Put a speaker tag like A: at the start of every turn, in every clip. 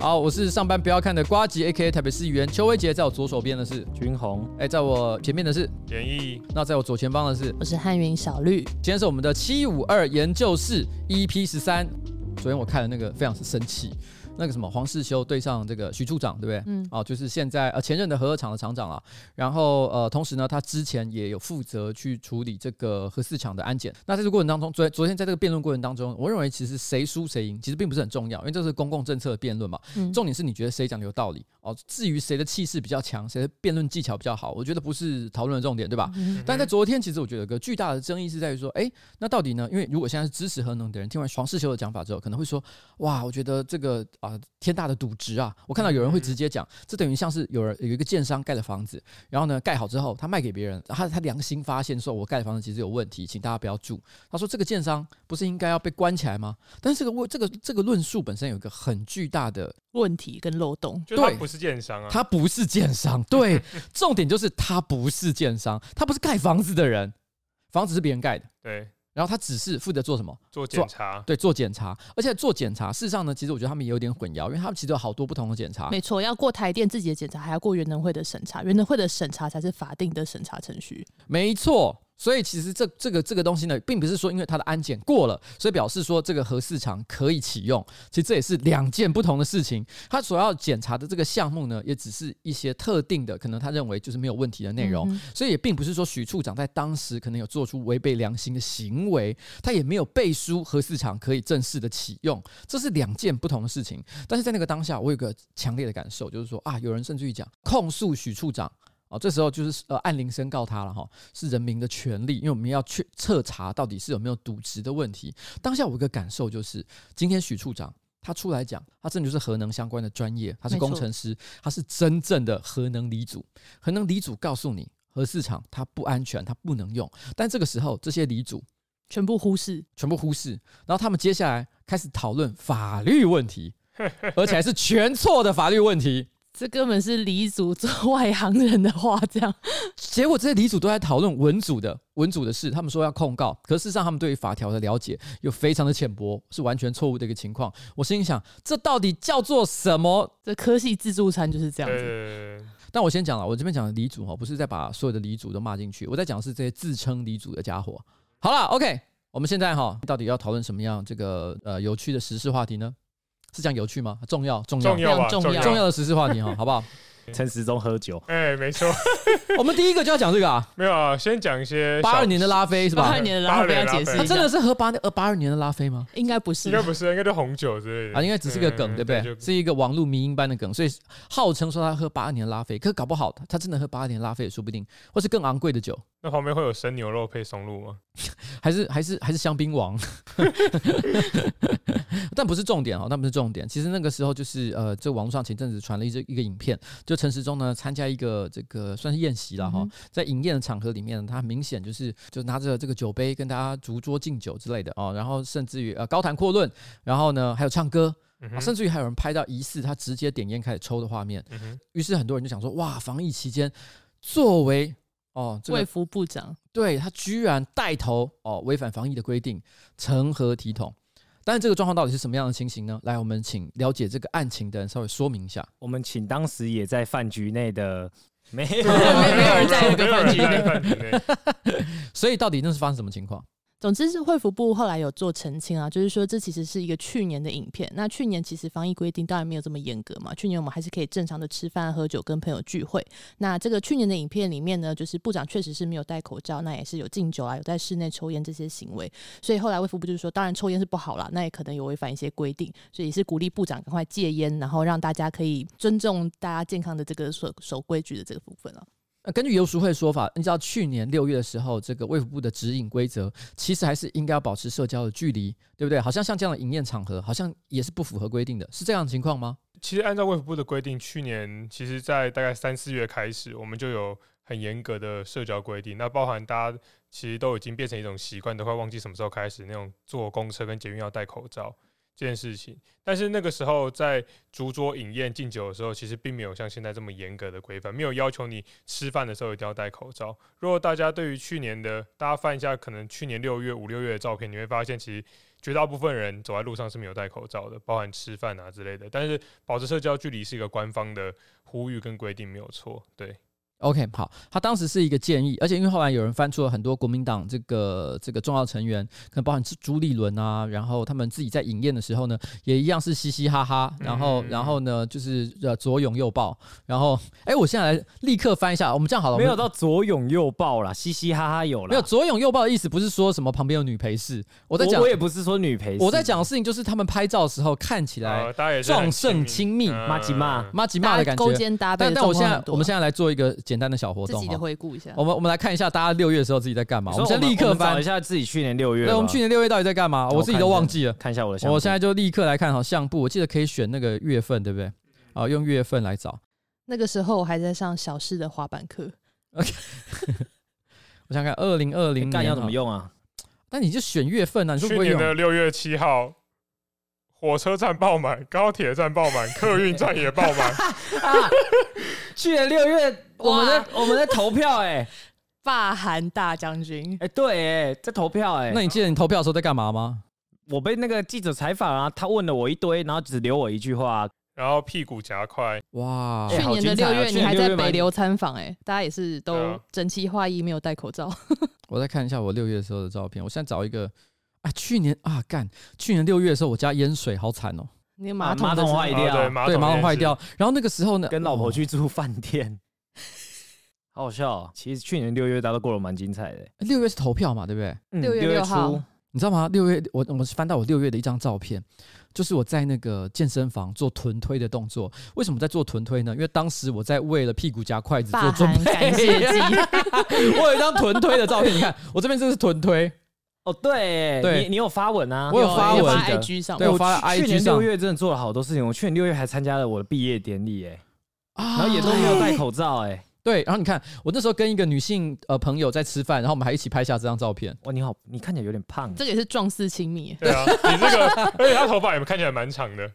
A: 好，我是上班不要看的瓜吉 A K A 台北市议员邱威杰，在我左手边的是，
B: 君宏，
A: 哎、在我前面的是，
C: 简易
A: 那在我左前方的是，
D: 我是汉云小绿，
A: 今天是我们的七五二研究室 EP 十三。昨天我看了那个，非常生气。那个什么黄世修对上这个徐处长，对不对？
D: 嗯
A: 哦，就是现在呃前任的核二厂的厂长啊。然后呃，同时呢，他之前也有负责去处理这个核四厂的安检。那在这个过程当中，昨昨天在这个辩论过程当中，我认为其实谁输谁赢其实并不是很重要，因为这是公共政策的辩论嘛。
D: 嗯
A: 重点是你觉得谁讲的有道理哦。至于谁的气势比较强，谁的辩论技巧比较好，我觉得不是讨论的重点，对吧？
D: 嗯
A: 但在昨天，其实我觉得有个巨大的争议是在于说，哎、那到底呢？因为如果现在是支持核能的人，听完黄世修的讲法之后，可能会说，哇，我觉得这个啊、天大的渎职啊！我看到有人会直接讲，这等于像是有人有一个建商盖了房子，然后呢盖好之后，他卖给别人，他他良心发现说，我盖的房子其实有问题，请大家不要住。他说这个建商不是应该要被关起来吗？但是这个问这个这个论述本身有一个很巨大的
D: 问题跟漏洞，
C: 就他
A: 对
C: 不是建商啊，
A: 他不是建商，对，重点就是他不是建商，他不是盖房子的人，房子是别人盖的，
C: 对
A: 然后他只是负责做什么？
C: 做检查，
A: 对，做检查，而且做检查，事实上呢，其实我觉得他们也有点混淆，因为他们其实有好多不同的检查，
D: 没错，要过台电自己的检查，还要过原能会的审查，原能会的审查才是法定的审查程序。
A: 没错。所以其实这这个这个东西呢，并不是说因为它的安检过了，所以表示说这个核市场可以启用。其实这也是两件不同的事情。他所要检查的这个项目呢，也只是一些特定的，可能他认为就是没有问题的内容。
D: 嗯
A: 所以也并不是说许处长在当时可能有做出违背良心的行为，他也没有背书核市场可以正式的启用，这是两件不同的事情。但是在那个当下，我有个强烈的感受，就是说啊，有人甚至于讲控诉许处长。哦，这时候就是呃，按铃申告他了哈，是人民的权利，因为我们要去彻查到底是有没有渎职的问题。当下我有个感受就是，今天许处长他出来讲，他真的就是核能相关的专业，他是
D: 没错
A: 工程师，他是真正的核能离组。核能离组告诉你，核市场它不安全，它不能用。但这个时候，这些离组
D: 全部忽视，
A: 全部忽视，然后他们接下来开始讨论法律问题，而且还是全错的法律问题。
D: 这根本是黎族做外行人的话，这样
A: 结果这些离组都在讨论文组的文组的事，他们说要控告，可是事实上他们对于法条的了解又非常的浅薄，是完全错误的一个情况。我心里想，这到底叫做什么
D: 这科系自助餐就是这
C: 对
D: 样
C: 对
D: 子。
C: 对对
A: 但我先讲了，我这边讲的黎族哈，不是在把所有的黎族都骂进去，我在讲的是这些自称黎族的家伙。好了，OK，我们现在哈，到底要讨论什么样这个呃有趣的时事话题呢？是讲有趣吗？重要，重要，
C: 重要吧，
D: 重要
C: 要，
A: 重要的时事话题哈，好不好？
B: 陈时中喝酒，
C: 哎，没错，
A: 我们第一个就要讲这个 啊，
C: 没有啊，先讲一些小
A: 八二年的拉菲是
D: 八
A: 吧
D: 二？年的
C: 八
D: 拉
C: 二
D: 菲要
C: 年的拉
D: 解
C: 菲
D: 释
A: 他
D: 一下
A: 真，的是喝八呃八二年的拉菲吗？
D: 应该不是
C: 应，该不是，应该就红酒之类的
A: 啊，应该只是个梗，对不对？
C: 就是
A: 一个网络迷音般的梗，所以号称说他喝八二年的拉菲，可是搞不好他他真的喝八二年的拉菲也说不定，或是更昂贵的酒，
C: 那旁边会有生牛肉配松露吗？
A: 还是还是还是香槟王， 但不是重点哦，但不是重点。其实那个时候就是呃，这网络上前阵子传了一支一个影片，就陈时中呢参加一个这个算是宴席了哈、
D: 嗯哼
A: 在饮宴的场合里面，他明显就是就拿着这个酒杯跟大家逐桌敬酒之类的哦，然后甚至于呃高谈阔论，然后呢还有唱歌、
C: 嗯
A: 啊
C: 哼
A: 甚至于还有人拍到疑似他直接点烟开始抽的画面。
C: 嗯哼，
A: 于是很多人就想说，哇，防疫期间作为哦这个
D: 卫福部长
A: 对他居然带头哦违反防疫的规定，成何体统？但是这个状况到底是什么样的情形呢？来，我们请了解这个案情的人稍微说明一下。
B: 我们请当时也在饭局内的 没有
A: 啊
D: 没没有人在那个饭局内
C: 没有人在饭局内，
A: 所以到底那是发生什么情况？
D: 总之是惠福部后来有做澄清啊，就是说这其实是一个去年的影片。那去年其实防疫规定当然没有这么严格嘛，去年我们还是可以正常的吃饭、喝酒、跟朋友聚会。那这个去年的影片里面呢，就是部长确实是没有戴口罩，那也是有敬酒啊，有在室内抽烟这些行为。所以后来卫福部就是说，当然抽烟是不好啦，那也可能有违反一些规定，所以也是鼓励部长赶快戒烟，然后让大家可以尊重大家健康的这个守守规矩的这个部分啊。
A: 呃根据游淑慧的说法，你知道去年六月的时候，这个卫福部的指引规则其实还是应该要保持社交的距离，对不对？好像像这样的营业场合，好像也是不符合规定的，是这样的情况吗？
C: 其实按照卫福部的规定，去年其实，在大概三四月开始，我们就有很严格的社交规定。那包含大家其实都已经变成一种习惯，都快忘记什么时候开始那种坐公车跟捷运要戴口罩。这件事情。但是那个时候在烛桌饮宴敬酒的时候，其实并没有像现在这么严格的规范，没有要求你吃饭的时候一定要戴口罩。如果大家对于去年的，大家翻一下可能去年六月、五六月的照片，你会发现其实。绝大部分人走在路上是没有戴口罩的，包含吃饭啊之类的。但是保持社交距离是一个官方的呼吁跟规定，没有错。对，
A: OK，好，他当时是一个建议，而且因为后来有人翻出了很多国民党这个这个重要成员，可能包含朱立伦啊，然后他们自己在饮宴的时候呢，也一样是嘻嘻哈哈，然后、
C: 嗯
A: 然后呢就是呃左拥右抱，然后哎，我现在来立刻翻一下，我们这样好了，
B: 没有
A: 我们
B: 到左拥右抱啦，嘻嘻哈哈有啦。
A: 没有左拥右抱的意思，不是说什么旁边有女陪侍，我
B: 我
A: 在讲
B: 我也不是说哦女陪侍，
A: 我在讲的事情就是他们拍照的时候看起来
C: 呃，大家也是
A: 壮
C: 很嗯
A: 盛亲密，
B: 骂几骂
A: 妈吉
D: 大
A: 骂
D: 家
A: 的感
D: 勾
A: 觉，
D: 肩搭背
A: 但
D: 的
A: 但我
D: 状
A: 现
D: 况
A: 在
D: 很多啊。
A: 我们现在来做一个简单的小活
D: 自己
A: 动啊
D: 的
A: 哈。
D: 回顾一下
A: 我。们我们来看一下，大家六月的时候自己在干嘛？
B: 你
A: 我
B: 说
A: 们现在立刻
B: 我们找
A: 翻
B: 一下自己去年六月吧。
A: 对，我们去年六月到底在干嘛？
B: 我
A: 我自己都忘记了。
B: 看一下我的嗯相簿，
A: 我现在就立刻来看好相簿，我记得可以选那个月份，对不对？啊、用月份来找。
D: 那个时候我还在上小四的滑板课，
A: 我想看二零二零
B: 哎干
A: 年
B: 要怎么
A: 哈？
B: 用啊？
A: 那你就选月份啊，你说
C: 去
A: 不会
C: 年
A: 用？
C: 的六月七号，火车站爆满，高铁站爆满，客运站也爆满。
B: 啊，去年六月我们
D: 哇
B: 在我们在投票哎
D: 霸韩大将军。
B: 哎对哎在投票哎，
A: 那你记得你投票的时候在干嘛吗？
B: 我被那个记者采访啊，他问了我一堆，然后只留我一句话，
C: 然后屁股夹块，
A: 哇，
B: 哎
D: 去年的
B: 好
D: 六
B: 精彩啊
D: 月，
B: 去
D: 你
B: 年
D: 还
B: 六
D: 在
B: 月蛮
D: 北流参访，哎，大家也
C: 对
D: 是都
C: 啊
D: 整齐划一，没有戴口罩。
A: 我再看一下我六月的时候的照片。我现在找一个啊，去年啊干，去年六月的时候我家淹水，好惨哦，
D: 那个
B: 啊
D: 马桶
B: 马
D: 的时
B: 桶
D: 候
B: 坏
C: 啊
B: 掉，
C: 对，马
A: 对，
C: 桶
A: 马
C: 也
A: 桶
C: 是
A: 坏掉。。然后那个时候呢，
B: 跟老婆
A: 哦
B: 去住饭店，好好笑、哦。其实去年六月大家都过得蛮精彩的、
A: 六、月是投票嘛，对不对？
B: 嗯
D: 6月6号
B: 初
A: 你知道吗？六月我我们翻到我六月的一张照片，就是我在那个健身房做臀推的动作。为什么在做臀推呢？因为当时我在为了屁股夹筷子做
D: 霸
A: 准
D: 韩
A: 备。
D: 感 谢祭
A: 我有一张臀推的照片，你看我这边这是臀推，
B: 哦，对，
A: 对
B: 你你有发文啊？
A: 我有发文
D: 发
B: 记得
D: IG 上
A: 对
D: 面，
A: 我发
B: 去
A: 在 IG
B: 去年
A: 上
B: 六月真的做了好多事情，我去年六月还参加了我的毕业典礼、哎，
A: 啊
B: 然后也都没有戴口罩、哎，
A: 对。然后你看我那时候跟一个女性呃朋友在吃饭，然后我们还一起拍下这张照片。
B: 哇，你好，你看起来有点胖，啊
D: 这个也是壮士亲密。
C: 对啊，你这个， 而且他头发也看起来蛮长的。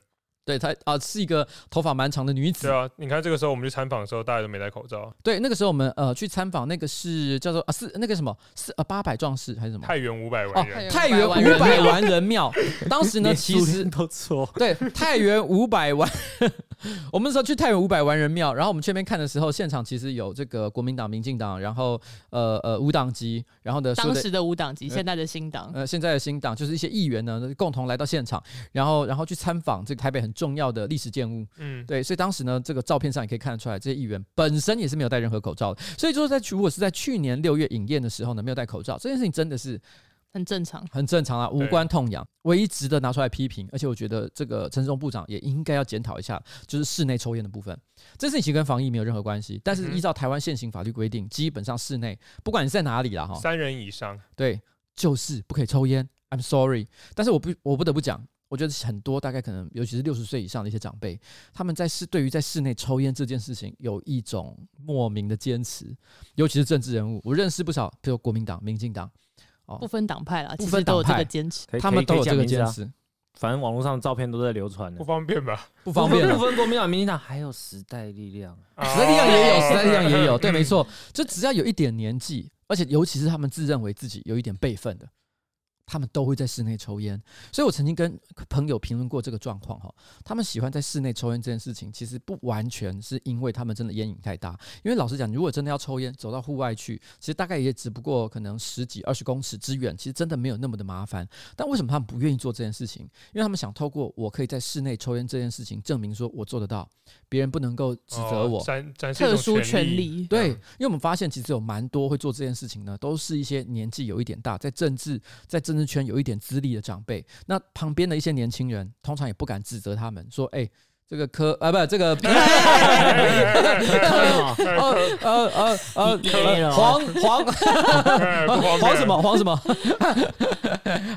A: 对她啊、是一个头发蛮长的女子
C: 对。啊，你看这个时候我们去参访的时候，大家都没戴口罩。
A: 对，那个时候我们呃去参访那个是叫做啊是那个什么是呃八百壮士还是什么？
C: 太原五百
A: 哦
C: 万人，
A: 太原
D: 500万
A: 五百万人庙，当时呢
B: 连
A: 其
B: 书
A: 实
B: 念都错，
A: 对，太原五百万， 我们那时候去太原五百万人庙，然后我们去那边看的时候，现场其实有这个国民党、民进党，然后呃呃无党籍，然后呢，所有
D: 当
A: 的
D: 时的无党籍，现在的新党，
A: 呃现在的新党就是一些议员呢共同来到现场，然后然后去参访这个台北很重要的历史建物。
C: 嗯，
A: 对，所以当时呢，这个照片上也可以看得出来，这些议员本身也是没有戴任何口罩的。所以就是在去如果是在去年六月饮宴的时候呢，没有戴口罩，这件事情真的是
D: 很正常。
A: 很正常啊，无
C: 对
A: 关痛痒。唯一值得拿出来批评，而且我觉得这个陈时中部长也应该要检讨一下，就是室内抽烟的部分。这事情其实跟防疫没有任何关系，但是
C: 嗯哼
A: 依照台湾现行法律规定，基本上室内不管你在哪里啦，哈，
C: 三人以上，
A: 对，就是不可以抽烟。I'm sorry，但是我不我不得不讲，我觉得很多大概可能尤其是六十岁以上的一些长辈，他们在室对于在室内抽烟这件事情有一种莫名的坚持，尤其是政治人物，我认识不少，比如国民党、民进党，哦
D: 不，分党派啦，
A: 不
D: 其
A: 分
D: 实都有
A: 党
D: 这
A: 派
D: 个坚持。
B: 可以
A: 他们
B: 可
A: 都
B: 以
A: 有
B: 可以
A: 这个
B: 讲名字
A: 坚
B: 啊
A: 持。
B: 反正网络上照片都在流传的
C: 不，方便吧？
A: 不方便啊了。
B: 不分国民党、民进党，还有时代力量，
A: 实际上也有，实
C: 哦
A: 际上也有，对，没错，就只要有一点年纪，而且尤其是他们自认为自己有一点辈分的，他们都会在室内抽烟。所以我曾经跟朋友评论过这个状况哈，他们喜欢在室内抽烟这件事情，其实不完全是因为他们真的烟瘾太大，因为老实讲，如果真的要抽烟，走到户外去，其实大概也只不过可能十几二十公尺之远，其实真的没有那么的麻烦。但为什么他们不愿意做这件事情？因为他们想透过我可以在室内抽烟这件事情，证明说我做得到，别人不能够指责我。
C: 哦展展示一
D: 特
C: 种
D: 殊
C: 权
D: 权利，
A: 对，因为我们发现其实有蛮多会做这件事情呢，都是一些年纪有一点大，在政治在政治圈有一点资历的长辈。那旁边的一些年轻人，通常也不敢指责他们，说：“哎、这个科啊，不，这个呃
B: 对
A: 呃呃呃
B: 你爹了
A: 黄黄
C: 哎不方便
A: 黄什么黄什么，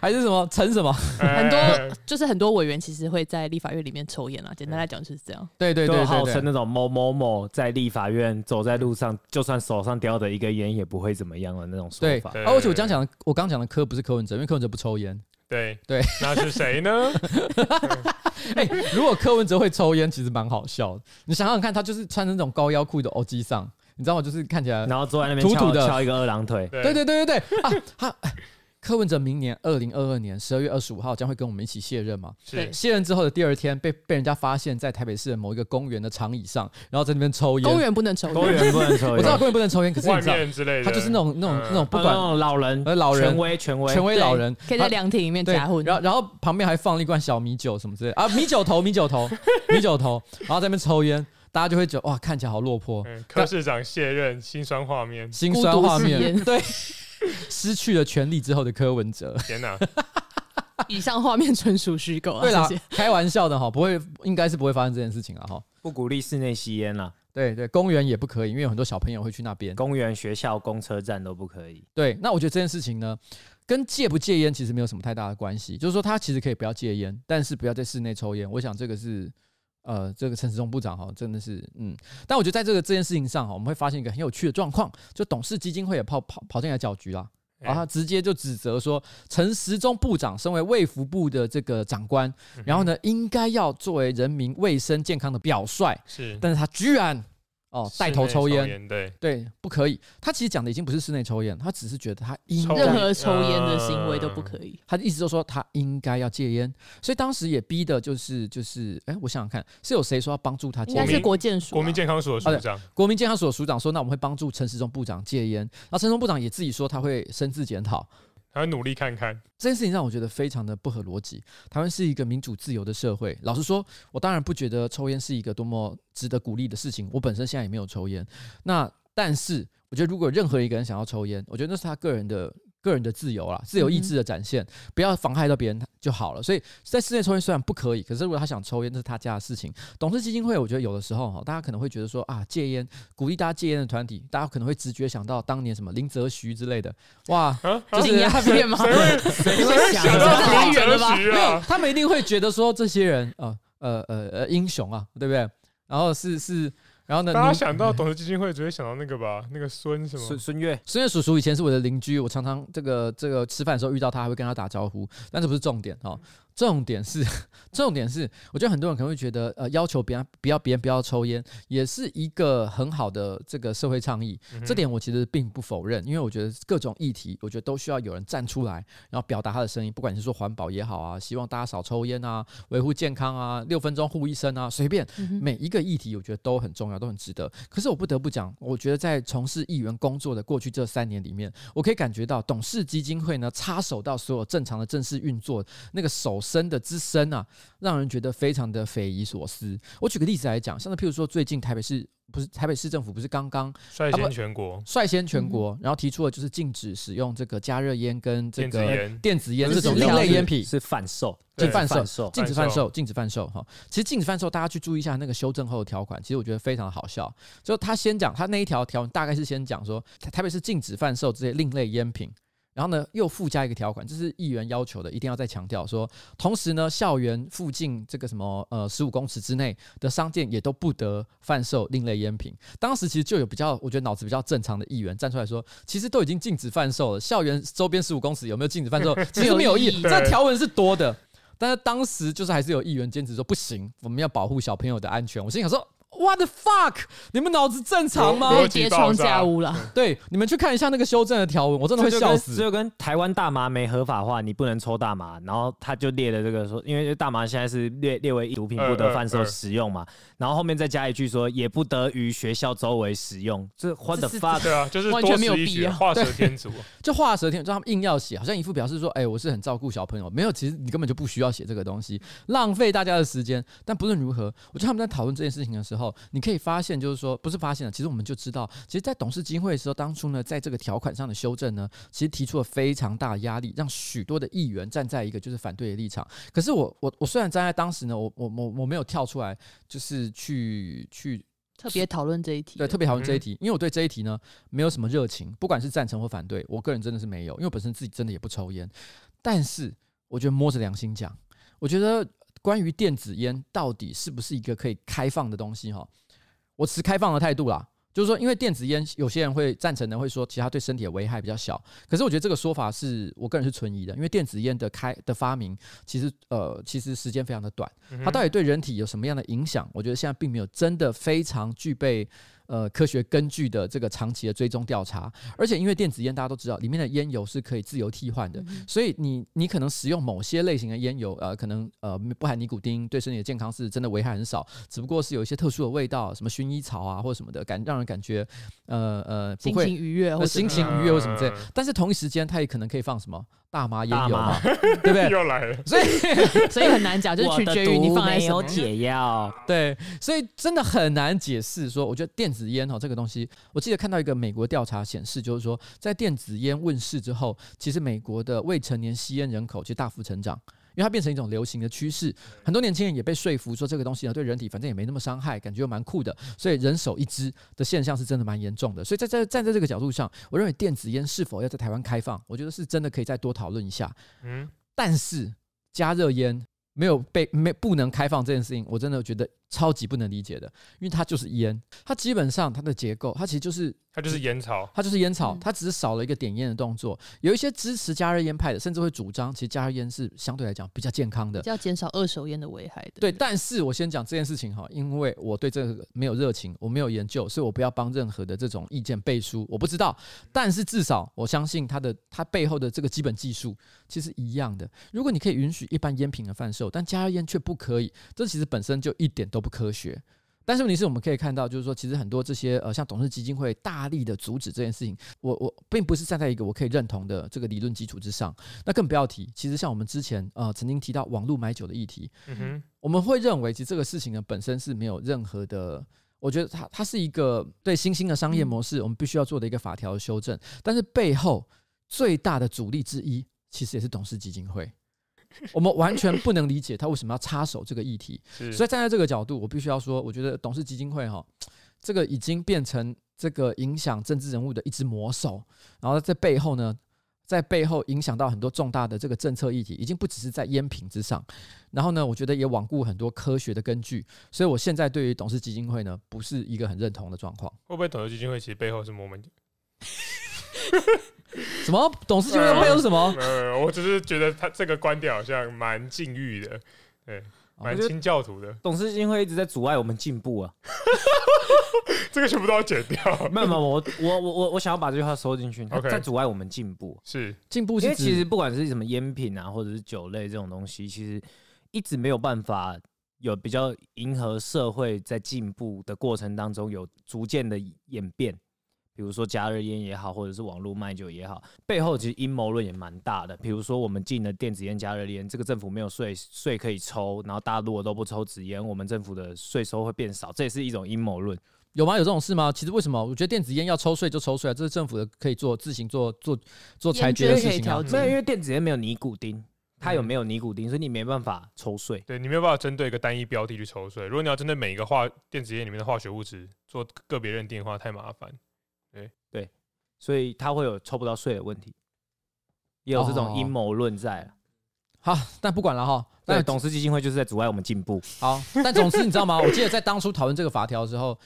A: 还是什么陈什么？
C: 哎
D: 很多就是很多委员其实会在立法院里面抽烟啊啦。简单来讲就是这样。
A: 对对
B: 都
A: 对
B: 有号
A: 对
B: 称
A: 对，
B: 那种某某某在立法院走在路上，就算手上叼着一根烟也不会怎么样的那种说
A: 对
B: 法。
C: 对
A: 啊而且我刚讲的，我刚讲的科不是柯文哲，因为柯文哲不抽烟。
C: 对
A: 对，
C: 那是谁 呢？
A: 哎、如果柯文哲会抽烟，其实蛮好笑的。你想想看，他就是穿那种高腰裤的欧基上，你知道吗？就是看起来，
B: 然后坐在那边
A: 土
B: 翘
A: 土的
B: 翘一个二郎腿，
C: 对
A: 对对对对对啊，他哎柯文哲明年二零二二年十二月二十五号将会跟我们一起卸任嘛？
C: 是
A: 卸任之后的第二天被被人家发现，在台北市的某一个公园的长椅上，然后在那边抽烟。
D: 公园不能抽
B: 公
D: 烟，
B: 园不能抽烟，
A: 我知道公园不能抽烟，可是你
C: 外
A: 知道，
C: 面之类的，
A: 他就是那种那种
C: 嗯
A: 那种不
B: 啊
A: 管
B: 那种老人、
A: 呃老人
B: 权威、权威
A: 权。威
D: 对
A: 老人，
D: 可以在
A: 他
D: 凉亭里面
A: 对
D: 夹混，
A: 然后然后旁边还放了一罐小米酒什么之类的啊，米酒头，米酒头，米酒头，然后在那边抽烟，大家就会觉得哇，看起来好落魄，
C: 嗯，柯市长卸任，心酸 画面，
A: 心
D: 孤
A: 酸
D: 独
A: 画
D: 吸
A: 面，
D: 烟
A: 对，失去了权力之后的柯文哲，
C: 天哪！
D: 以上画面纯属虚构啊，
A: 对啦
D: 谢谢。，
A: 开玩笑的哈，不会，应该是不会发生这件事情了哈。
B: 不鼓励室内吸烟啦，
A: 对对，公园也不可以，因为有很多小朋友会去那边。
B: 公园、学校、公车站都不可以。
A: 对，那我觉得这件事情呢，跟戒不戒烟其实没有什么太大的关系。就是说，他其实可以不要戒烟，但是不要在室内抽烟。我想这个是，呃，这个陈时中部长哈，真的是，嗯。但我觉得在这个这件事情上哈，我们会发现一个很有趣的状况，就董事基金会也跑跑跑进来搅局啦。然
C: 哎
A: 后他直接就指责说，陈时中部长身为卫福部的这个长官，
C: 嗯
A: 然后呢，应该要作为人民卫生健康的表率，
C: 嗯是
A: 但是他居然哦带头
C: 室内抽
A: 抽烟，，
C: 对，
A: 对，不可以。他其实讲的已经不是室内抽烟，他只是觉得他应
C: 抽
D: 任
A: 该，
D: 何抽烟的行为都不可以。
A: 他一直都说他应该要戒烟，所以当时也逼的就是就是，哎，我想想看，是有谁说要帮助他戒
D: 应该
A: 烟？
D: 是国健
C: 呃
D: 署啊，
C: 国民健康署的署长，
A: 国民健康署的署长说，那我们会帮助陈时中部长戒烟，然后陈时中部长也自己说他会深自检讨。
C: 他努力看看，
A: 这件事情让我觉得非常的不合逻辑。台湾是一个民主自由的社会，老实说，我当然不觉得抽烟是一个多么值得鼓励的事情。我本身现在也没有抽烟，那但是我觉得如果有任何一个人想要抽烟，我觉得那是他个人的。个人的自由啦，自由意志的展现，不要妨害到别人就好了。所以在室内抽烟虽然不可以，可是如果他想抽烟，那是他家的事情。董事基金会，我觉得有的时候哈，大家可能会觉得说啊，戒烟，鼓励大家戒烟的团体，大家可能会直觉想到当年什么林则徐之类的，哇，
C: 啊，
A: 就
C: 啊
A: 是
D: 顶鸦片吗？
C: 谁会谁会
D: 想
C: 想
D: 到这
C: 到
D: 太远了吧
C: 林则徐啊？
A: 他们一定会觉得说这些人啊，呃呃呃英雄啊，对不对？然后是是，然后呢，
C: 大家
A: 你
C: 想到董事基金会，只会想到那个吧，那个孙什
B: 孙
C: 么？
B: 孙悦，
A: 孙悦叔叔以前是我的邻居，我常常这个这个吃饭的时候遇到他，还会跟他打招呼，但这不是重点哦。重点是， 重点是，我觉得很多人可能会觉得，呃，要求别人不要别人不要抽烟，也是一个很好的这个社会倡议。
C: 嗯哼
A: 这点我其实并不否认，因为我觉得各种议题，我觉得都需要有人站出来，然后表达他的声音，不管你是说环保也好啊，希望大家少抽烟啊，维护健康啊，六分钟护一生啊，随便
D: 嗯哼
A: 每一个议题，我觉得都很重要，都很值得。可是我不得不讲，我觉得在从事议员工作的过去这三年里面，我可以感觉到董事基金会呢插手到所有正常的正式运作，那个手伸的之深啊，让人觉得非常的匪夷所思。我举个例子来讲，像是譬如说最近台北市。不是台北市政府不是刚刚
C: 率
A: 啊不
C: 先全国
A: 率先全国，然后提出了就是禁止使用这个加热烟跟这
C: 电子
A: 个
C: 烟，
A: 电子烟这种
D: 不是
A: 另类烟品，
B: 是贩售，
A: 禁
C: 对
A: 贩售
B: 贩，售。
A: 禁止
C: 贩
A: 贩
C: 售
A: 售，禁止贩售哈。其实禁止贩售，大家去注意一下那个修正后的条款，其实我觉得非常好笑。就他先讲他那一条条，大概是先讲说台台北是禁止贩售这些另类烟品。然后呢，又附加一个条款，这是议员要求的，一定要再强调说，同时呢，校园附近这个什么呃十五公尺之内的商店也都不得贩售另类烟品。当时其实就有比较，我觉得脑子比较正常的议员站出来说，其实都已经禁止贩售了，校园周边十五公尺有没有禁止贩 售，其实没有意义。
D: 没有意义
A: 这个条文是多的，但是当时就是还是有议员坚持说不行，我们要保护小朋友的安全。我心想说，What the fuck？你们脑子正常
C: 我
A: 吗
C: 我？
D: 被叠床架屋了，
A: 对，你们去看一下那个修正的条文，我真的会
B: 这就跟
A: 笑
B: 这
A: 死。
B: 就跟台湾大麻没合法化，你不能抽大麻，然后他就列了这个说，因为大麻现在是列列为毒品
C: 嗯
B: 不得
C: 嗯
B: 贩售
C: 嗯
B: 使用嘛，然后后面再加一句说也不得于学校周围使用，这 what
D: 这
B: the
D: 是
B: fuck？
C: 对啊，就是
D: 完
C: 多
D: 全没有
C: 此一
D: 必
C: 举，啊
D: 要
C: 画蛇添足。
A: 就画蛇添足，就他们硬要写，好像一副表示说，哎、我是很照顾小朋友，没有，其实你根本就不需要写这个东西，浪费大家的时间。但不论如何，我觉得他们在讨论这件事情的时候，你可以发现，就是说，不是发现了，其实我们就知道，其实，在董事基金会的时候，当初呢，在这个条款上的修正呢，其实提出了非常大的压力，让许多的议员站在一个就是反对的立场。可是我我我虽然站在当时呢，我我我我没有跳出来，就是去去
D: 特别讨论这一题。
A: 对，特别讨论这一题，因为我对这一题呢没有什么热情，不管是赞成或反对，我个人真的是没有，因为我本身自己真的也不抽烟。但是我觉得摸着良心讲，我觉得关于电子烟到底是不是一个可以开放的东西哈，我持开放的态度啦。就是说，因为电子烟，有些人会赞成的，会说其实它对身体的危害比较小。可是我觉得这个说法是我个人是存疑的，因为电子烟的开的发明，其实呃，其实时间非常的短，
C: 嗯哼
A: 它到底啊对人体有什么样的影响？我觉得现在并没有真的非常具备呃科学根据的这个长期的追踪调查。而且因为电子烟大家都知道，里面的烟油是可以自由替换
D: 嗯
A: 的，所以你你可能使用某些类型的烟油，呃，可能呃不含尼古丁，对身体的健康是真的危害很少，只不过是有一些特殊的味道，什么薰衣草啊或者什么的，感让人感觉呃呃不
D: 心
A: 会
D: 情愉悦或
A: 呃
D: 什么
A: 心
D: 的
A: 情愉悦或什么之类
C: 嗯。
A: 但是同一时间，它也可能可以放什么大麻烟
B: 大
A: 油
B: 麻
A: 嘛，对不 对？
C: 又来了，
A: 所以
D: 所以很难讲，就是取决于你放在
B: 没
D: 什
B: 有
D: 么。
B: 解药，
A: 对，所以真的很难解释说，我觉得电子烟哦这个东西，我记得看到一个美国调查显示，就是说在电子烟问世之后，其实美国的未成年吸烟人口其实大幅成长。因为它变成一种流行的趋势，很多年轻人也被说服说这个东西呢对人体反正也没那么伤害，感觉又蛮酷的，所以人手一支的现象是真的蛮严重的。所以在在站在这个角度上，我认为电子烟是否要在台湾开放，我觉得是真的可以再多讨论一下。
C: 嗯，
A: 但是加热烟没有被没不能开放这件事情，我真的觉得超级不能理解的，因为它就是烟，它基本上它的结构，它其实就是
C: 它就是烟草，
A: 它就是烟草
D: 嗯，
A: 它只是少了一个点烟的动作。有一些支持加热烟派的，甚至会主张其实加热烟是相对来讲比较健康的。
D: 要减少二手烟的危害的。
A: 对，但是我先讲这件事情哈，因为我对这个没有热情，我没有研究，所以我不要帮任何的这种意见背书，我不知道。但是至少我相信它的它背后的这个基本技术其实一样的。如果你可以允许一般烟品的贩售，但加热烟却不可以，这其实本身就一点都不科学。但是问题是我们可以看到，就是说，其实很多这些呃，像董事基金会大力的阻止这件事情，我我并不是站在一个我可以认同的这个理论基础之上。那更不要提，其实像我们之前呃曾经提到网络买酒的议题，
C: 嗯哼，
A: 我们会认为，其实这个事情呢本身是没有任何的。我觉得它它是一个对新兴的商业模式，我们必须要做的一个法条的修正。但是背后最大的阻力之一，其实也是董事基金会。我们完全不能理解他为什么要插手这个议题。
C: 是，
A: 所以站在这个角度，我必须要说，我觉得董事基金会哈，这个已经变成这个影响政治人物的一只魔手，然后在背后呢，在背后影响到很多重大的这个政策议题，已经不只是在烟品之上，然后呢，我觉得也罔顾很多科学的根据，所以我现在对于董事基金会呢，不是一个很认同的状况。
C: 会不会统筹基金会其实背后是我 们？
A: 什么董事基金会背后是什么？
C: 呃，我只是觉得他这个观点好像蛮禁欲的，
A: 哦
C: 蛮
B: 觉得
C: 清教徒的，
B: 董事基金会一直在阻碍我们进步啊。
C: 这个全部都要剪掉。
B: 没有没有，我我我我我想要把这句话收进去，它
C: OK
B: 在阻碍我们进步。
C: 是，
A: 进步
B: 因
A: 是
B: 为其
A: 指
B: 实不管是什么烟品啊，或者是酒类这种东西，其实一直没有办法有比较迎合社会在进步的过程当中有逐渐的演变。比如说加热烟也好，或者是网络卖酒也好，背后其实阴谋论也蛮大的。比如说我们禁了电子烟、加热烟，这个政府没有税税可以抽，然后大家如果都不抽纸烟，我们政府的税收会变少，这也是一种阴谋论。
A: 有吗？有这种事吗？其实为什么？我觉得电子烟要抽税就抽税啊，这是政府的可以做自行做做做裁决的
D: 烟圈可
A: 事
D: 以
A: 情啊
D: 调。
B: 没有，因为电子烟没有尼古丁，它有没有尼古丁，所以你没办法抽税。
C: 对你没有办法针对一个单一标的去抽税。如果你要针对每一个化电子烟里面的化学物质做个别认定的话，太麻烦。
B: 所以他会有抽不到税的问题，也有这种阴谋论在啊。
A: 好，但不管了哈。
B: 那
A: 那
B: 董事基金会就是在阻碍我们进 步，
A: 好，但总之你知道吗？我记得在当初讨论这个法条的时候，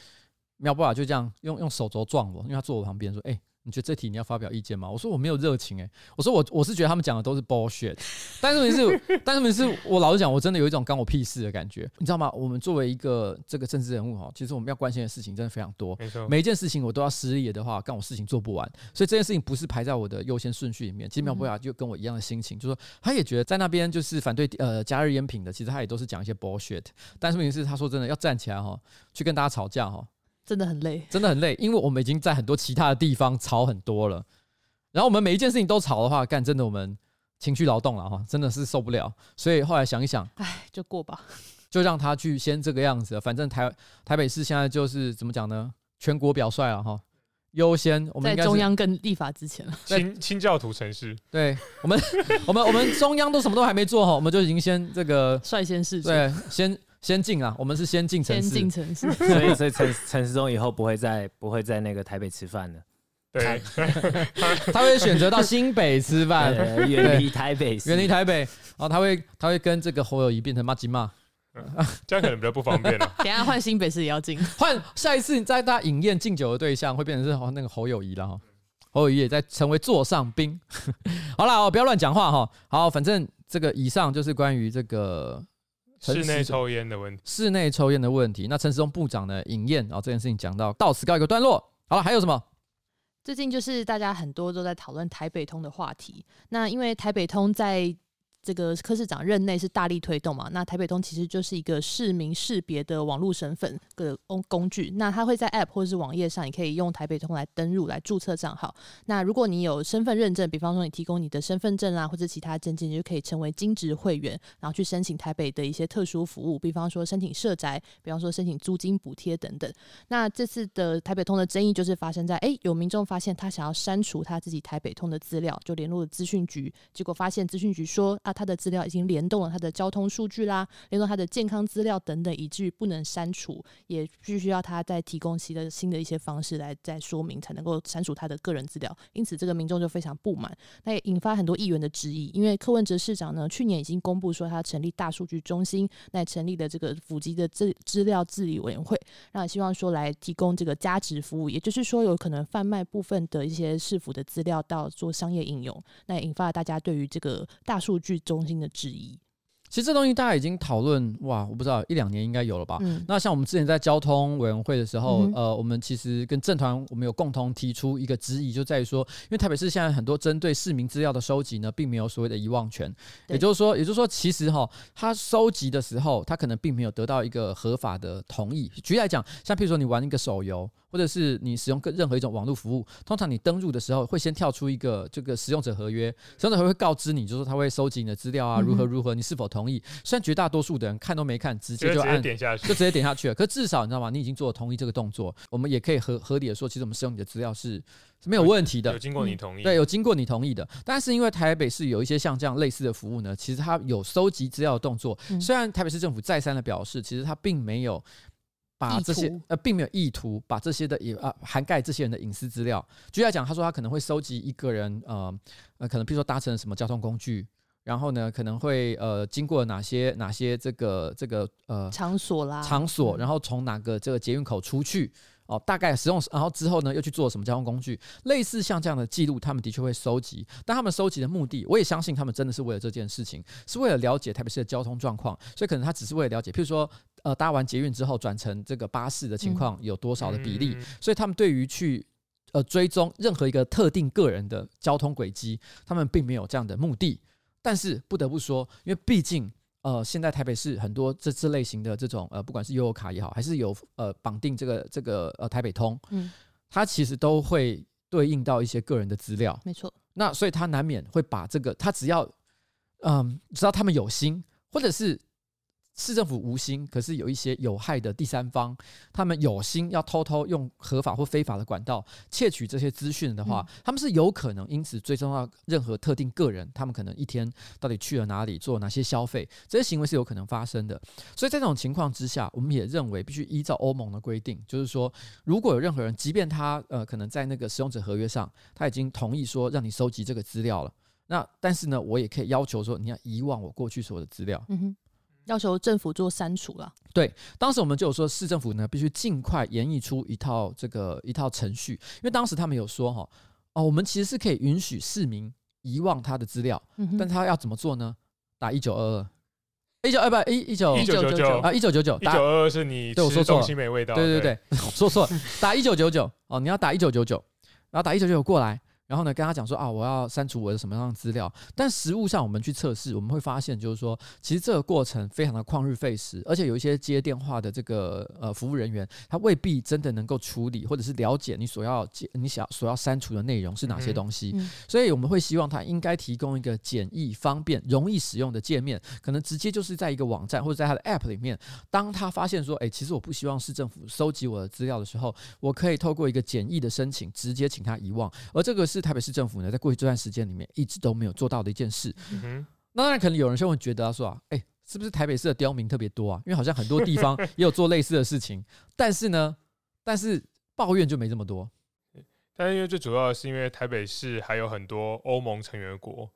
A: 苗博雅就这样用用手肘撞我，因为他坐我旁边说：“哎、你觉得这题你要发表意见吗？”我说：“我没有热情。”哎，我说我我是觉得他们讲的都是 bullshit，但 是问题是，但是问题是我老实讲，我真的有一种干我屁事的感觉，你知道吗？我们作为一个这个政治人物哈，其实我们要关心的事情真的非常多。
C: 没错，
A: 每一件事情我都要失业的话，干我事情做不完，所以这件事情不是排在我的优先顺序里面。其实苗博雅就跟我一样的心情，就说他也觉得在那边就是反对呃加热烟品的，其实他也都是讲一些 bullshit。但是问题是，他说真的要站起来哈，去跟大家吵架哈，
D: 真的很累。
A: 真的很累，因为我们已经在很多其他的地方吵很多了。然后我们每一件事情都吵的话，干真的我们情绪劳动了哈，真的是受不了。所以后来想一想，
D: 唉，就过吧。
A: 就让他去先这个样子。啊反正台台北市现在就是怎么讲呢？全国表率了啊哈，优先我们
D: 在
A: 应该是
D: 中央跟立法之前 了，
A: 在
C: 清清教徒城市，
A: 对我们我们我 们中央都什么都还没做哈，我们就已经先这个
D: 率先试出，
A: 对先先进啊，我们是先进城
D: 先
A: 市
D: 进。城市。
B: 所以所以陈陈时中以后不会在不会在那个台北吃饭 了，
C: 对，
A: 他会选择到新北吃 饭，
B: 哎呃远离台北市，
A: 远离台北，然后他会他会跟这个侯友谊变成妈吉妈，
C: 这样可能比较不方便啊 了、
D: 等一下换新北市也要进，
A: 换下一次你在大家饮宴敬酒的对象会变成是哦那个侯友谊了哈，侯友谊也在成为座上宾。 好啦，哦，不要乱讲话哈。好，反正这个以上就是关于这个
C: 室
A: 陈
C: 内
A: 时中
C: 抽烟的问题，
A: 室内抽烟的问题。那陈时中部长呢，饮宴啊、哦、这件事情讲到到此告一个段落。好了，还有什么？
D: 最近就是大家很多都在讨论台北通的话题。那因为台北通在这个柯市长任内是大力推动嘛，那台北通其实就是一个市民识别的网络身份的工工具。那它会在 App 或是网页上，你可以用台北通来登入来注册账号。那如果你有身份认证，比方说你提供你的身份证啊啦，或者其他证件，你就可以成为金职会员，然后去申请台北的一些特殊服务，比方说申请社宅，比方说申请租金补贴等等。那这次的台北通的争议就是发生在，诶，有民众发现他想要删除他自己台北通的资料，就联络了资讯局，结果发现资讯局说啊，他的资料已经联动了他的交通数据啦，联动他的健康资料等等，以至于不能删除，也必须要他再提供其的新的一些方式来再说明，才能够删除他的个人资料。因此，这个民众就非常不满，那也引发很多议员的质疑，因为柯文哲市长呢，去年已经公布说他成立大数据中心，那也成立了这个府级的资资料治理委员会。那希望说来提供这个价值服务，也就是说有可能贩卖部分的一些市府的资料到做商业应用，那也引发了大家对于这个大数据中心的质疑。
A: 其实这东西大家已经讨论哇，我不知道一两年应该有了吧。
D: 嗯，
A: 啊那像我们之前在交通委员会的时候，
D: 嗯哼
A: 呃，我们其实跟政团我们有共同提出一个质疑，就在于说，因为台北市现在很多针对市民资料的收集呢，并没有所谓的遗忘权，
D: 对
A: 也就是说，也就是说，其实哈，他收集的时候，他可能并没有得到一个合法的同意。举例来讲，像譬如说你玩一个手游，或者是你使用个任何一种网络服务，通常你登入的时候会先跳出一个这个使用者合 约，使用者合约会告知你，就是说他会收集你的资料啊，如何
D: 嗯哼
A: 如何，你是否同意。虽然绝大多数的人看都没看，直
C: 就
A: 接就
C: 直接
A: 按
C: 点下去
A: 就。直接点下去了。可至少你知道吗？你已经做了同意这个动作，我们也可以合合理的说，其实我们使用你的资料是是没有问题
C: 有
A: 的。
C: 经过你同意，
A: 嗯对，有经过你同意的，但是因为台北市有一些像这样类似的服务呢，其实它有收集资料的动作。
D: 嗯
A: 虽然台北市政府再三的表示，其实它并没有把
D: 意
A: 这些
D: 图
A: 呃，并没有意图把这些的也啊、涵盖这些人的隐私资料。举例来讲，他说他可能会收集一个人呃呃，可能比如说搭乘什么交通工具，然后呢可能会呃经过哪些哪些这个这个呃
D: 场所啦，
A: 场所，
D: 嗯
A: 然后从哪个这个捷运口出去。哦，大概使用，然后之后呢，又去做什么交通工具？类似像这样的记录，他们的确会收集，但他们收集的目的，我也相信他们真的是为了这件事情，是为了了解台北市的交通状况，所以可能他只是为了了解，譬如说，呃，搭完捷运之后转乘这个巴士的情况有多少的比例，
C: 嗯
A: 所以他们对于去呃追踪任何一个特定个人的交通轨迹，他们并没有这样的目的。但是不得不说，因为毕竟呃，现在台北市很多这这类型的这种呃，不管是悠游卡也好，还是有呃绑定这个这个呃台北通，
D: 嗯，
A: 它其实都会对应到一些个人的资料。
D: 没错，
A: 那所以他难免会把这个，他只要嗯，只要他们有心，或者是市政府无心，可是有一些有害的第三方，他们有心要偷偷用合法或非法的管道窃取这些资讯的话，他们是有可能因此追踪到任何特定个人，他们可能一天到底去了哪里，做哪些消费，这些行为是有可能发生的。所以在这种情况之下，我们也认为必须依照欧盟的规定，就是说，如果有任何人，即便他呃可能在那个使用者合约上他已经同意说让你收集这个资料了。那但是呢，我也可以要求说你要遗忘我过去所有的资料。
D: 嗯哼，要求政府做删除啦，
A: 当时我们就有说，市政府呢必须尽快演绎出一套这个一套程序，因为当时他们有说哈，哦，我们其实是可以允许市民遗忘他的资料，
D: 嗯
A: 但
D: 哼，
A: 他要怎么做呢？打一九二哎二，一九二不一一九
C: 一九九九
A: 啊一九九九
C: 一
A: 打
C: 九二二是你
A: 对我说
C: 吃
A: 错
C: 东
A: 了
C: 西没味道，
A: 对对对，我 说错了，打一九九九哦，你要打一九九九，然后打一九九九过来，然后呢跟他讲说啊，我要删除我的什么样的资料。但实物上我们去测试，我们会发现就是说，其实这个过程非常的旷日费时，而且有一些接电话的这个呃服务人员，他未必真的能够处理或者是了解你所要接你想所要删除的内容是哪些
C: 嗯哼
A: 东西。
D: 嗯
A: 所以我们会希望它应该提供一个简易、方便、容易使用的界面，可能直接就是在一个网站或者在它的 App 里面。当他发现说，诶，哎其实我不希望市政府收集我的资料的时候，我可以透过一个简易的申请，直接请他遗忘。而这个是台北市政府呢，在过去这段时间里面一直都没有做到的一件事。
C: 嗯哼，
A: 那当然，可能有人就会觉得啊说啊，哎、是不是台北市的刁民特别多啊？因为好像很多地 方也有做类似的事情，但是呢，但是抱怨就没这么多。
C: 但是因为最主要的是因为台北市还有很多欧盟成员国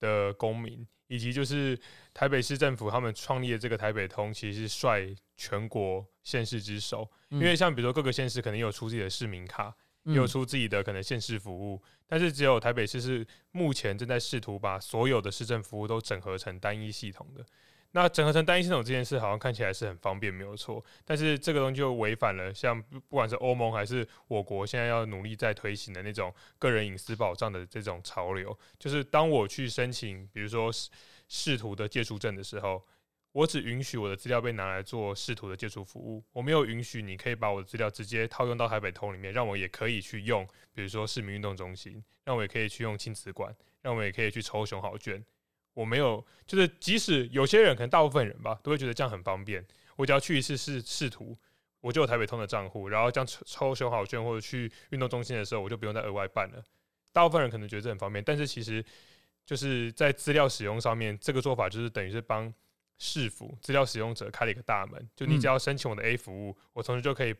C: 的公民以及就是台北市政府他们创立的这个台北通，其实是率全国县市之首。因为像比如说各个县市可能也有出自己的市民卡，也有
A: 嗯
C: 出自己的可能县市服务，但是只有台北市是目前正在试图把所有的市政服务都整合成单一系统的。那整合成单一系统这件事好像看起来是很方便，没有错。但是这个东西就违反了，像不不管是欧盟还是我国现在要努力在推行的那种个人隐私保障的这种潮流，就是当我去申请，比如说试试图的借书证的时候，我只允许我的资料被拿来做试图的借书服务，我没有允许你可以把我的资料直接套用到台北通里面，让我也可以去用，比如说市民运动中心，让我也可以去用亲子馆，让我也可以去抽熊好券。我没有，就是即使有些人，可能大部分人吧，都会觉得这样很方便。我只要去一次试试图，我就有台北通的账户，然后这样抽抽熊好券或者去运动中心的时候，我就不用再额外办了。大部分人可能觉得这很方便，但是其实就是在资料使用上面，这个做法就是等于是帮市府资料使用者开了一个大门。就你只要申请我的 A 服务，我同时就可以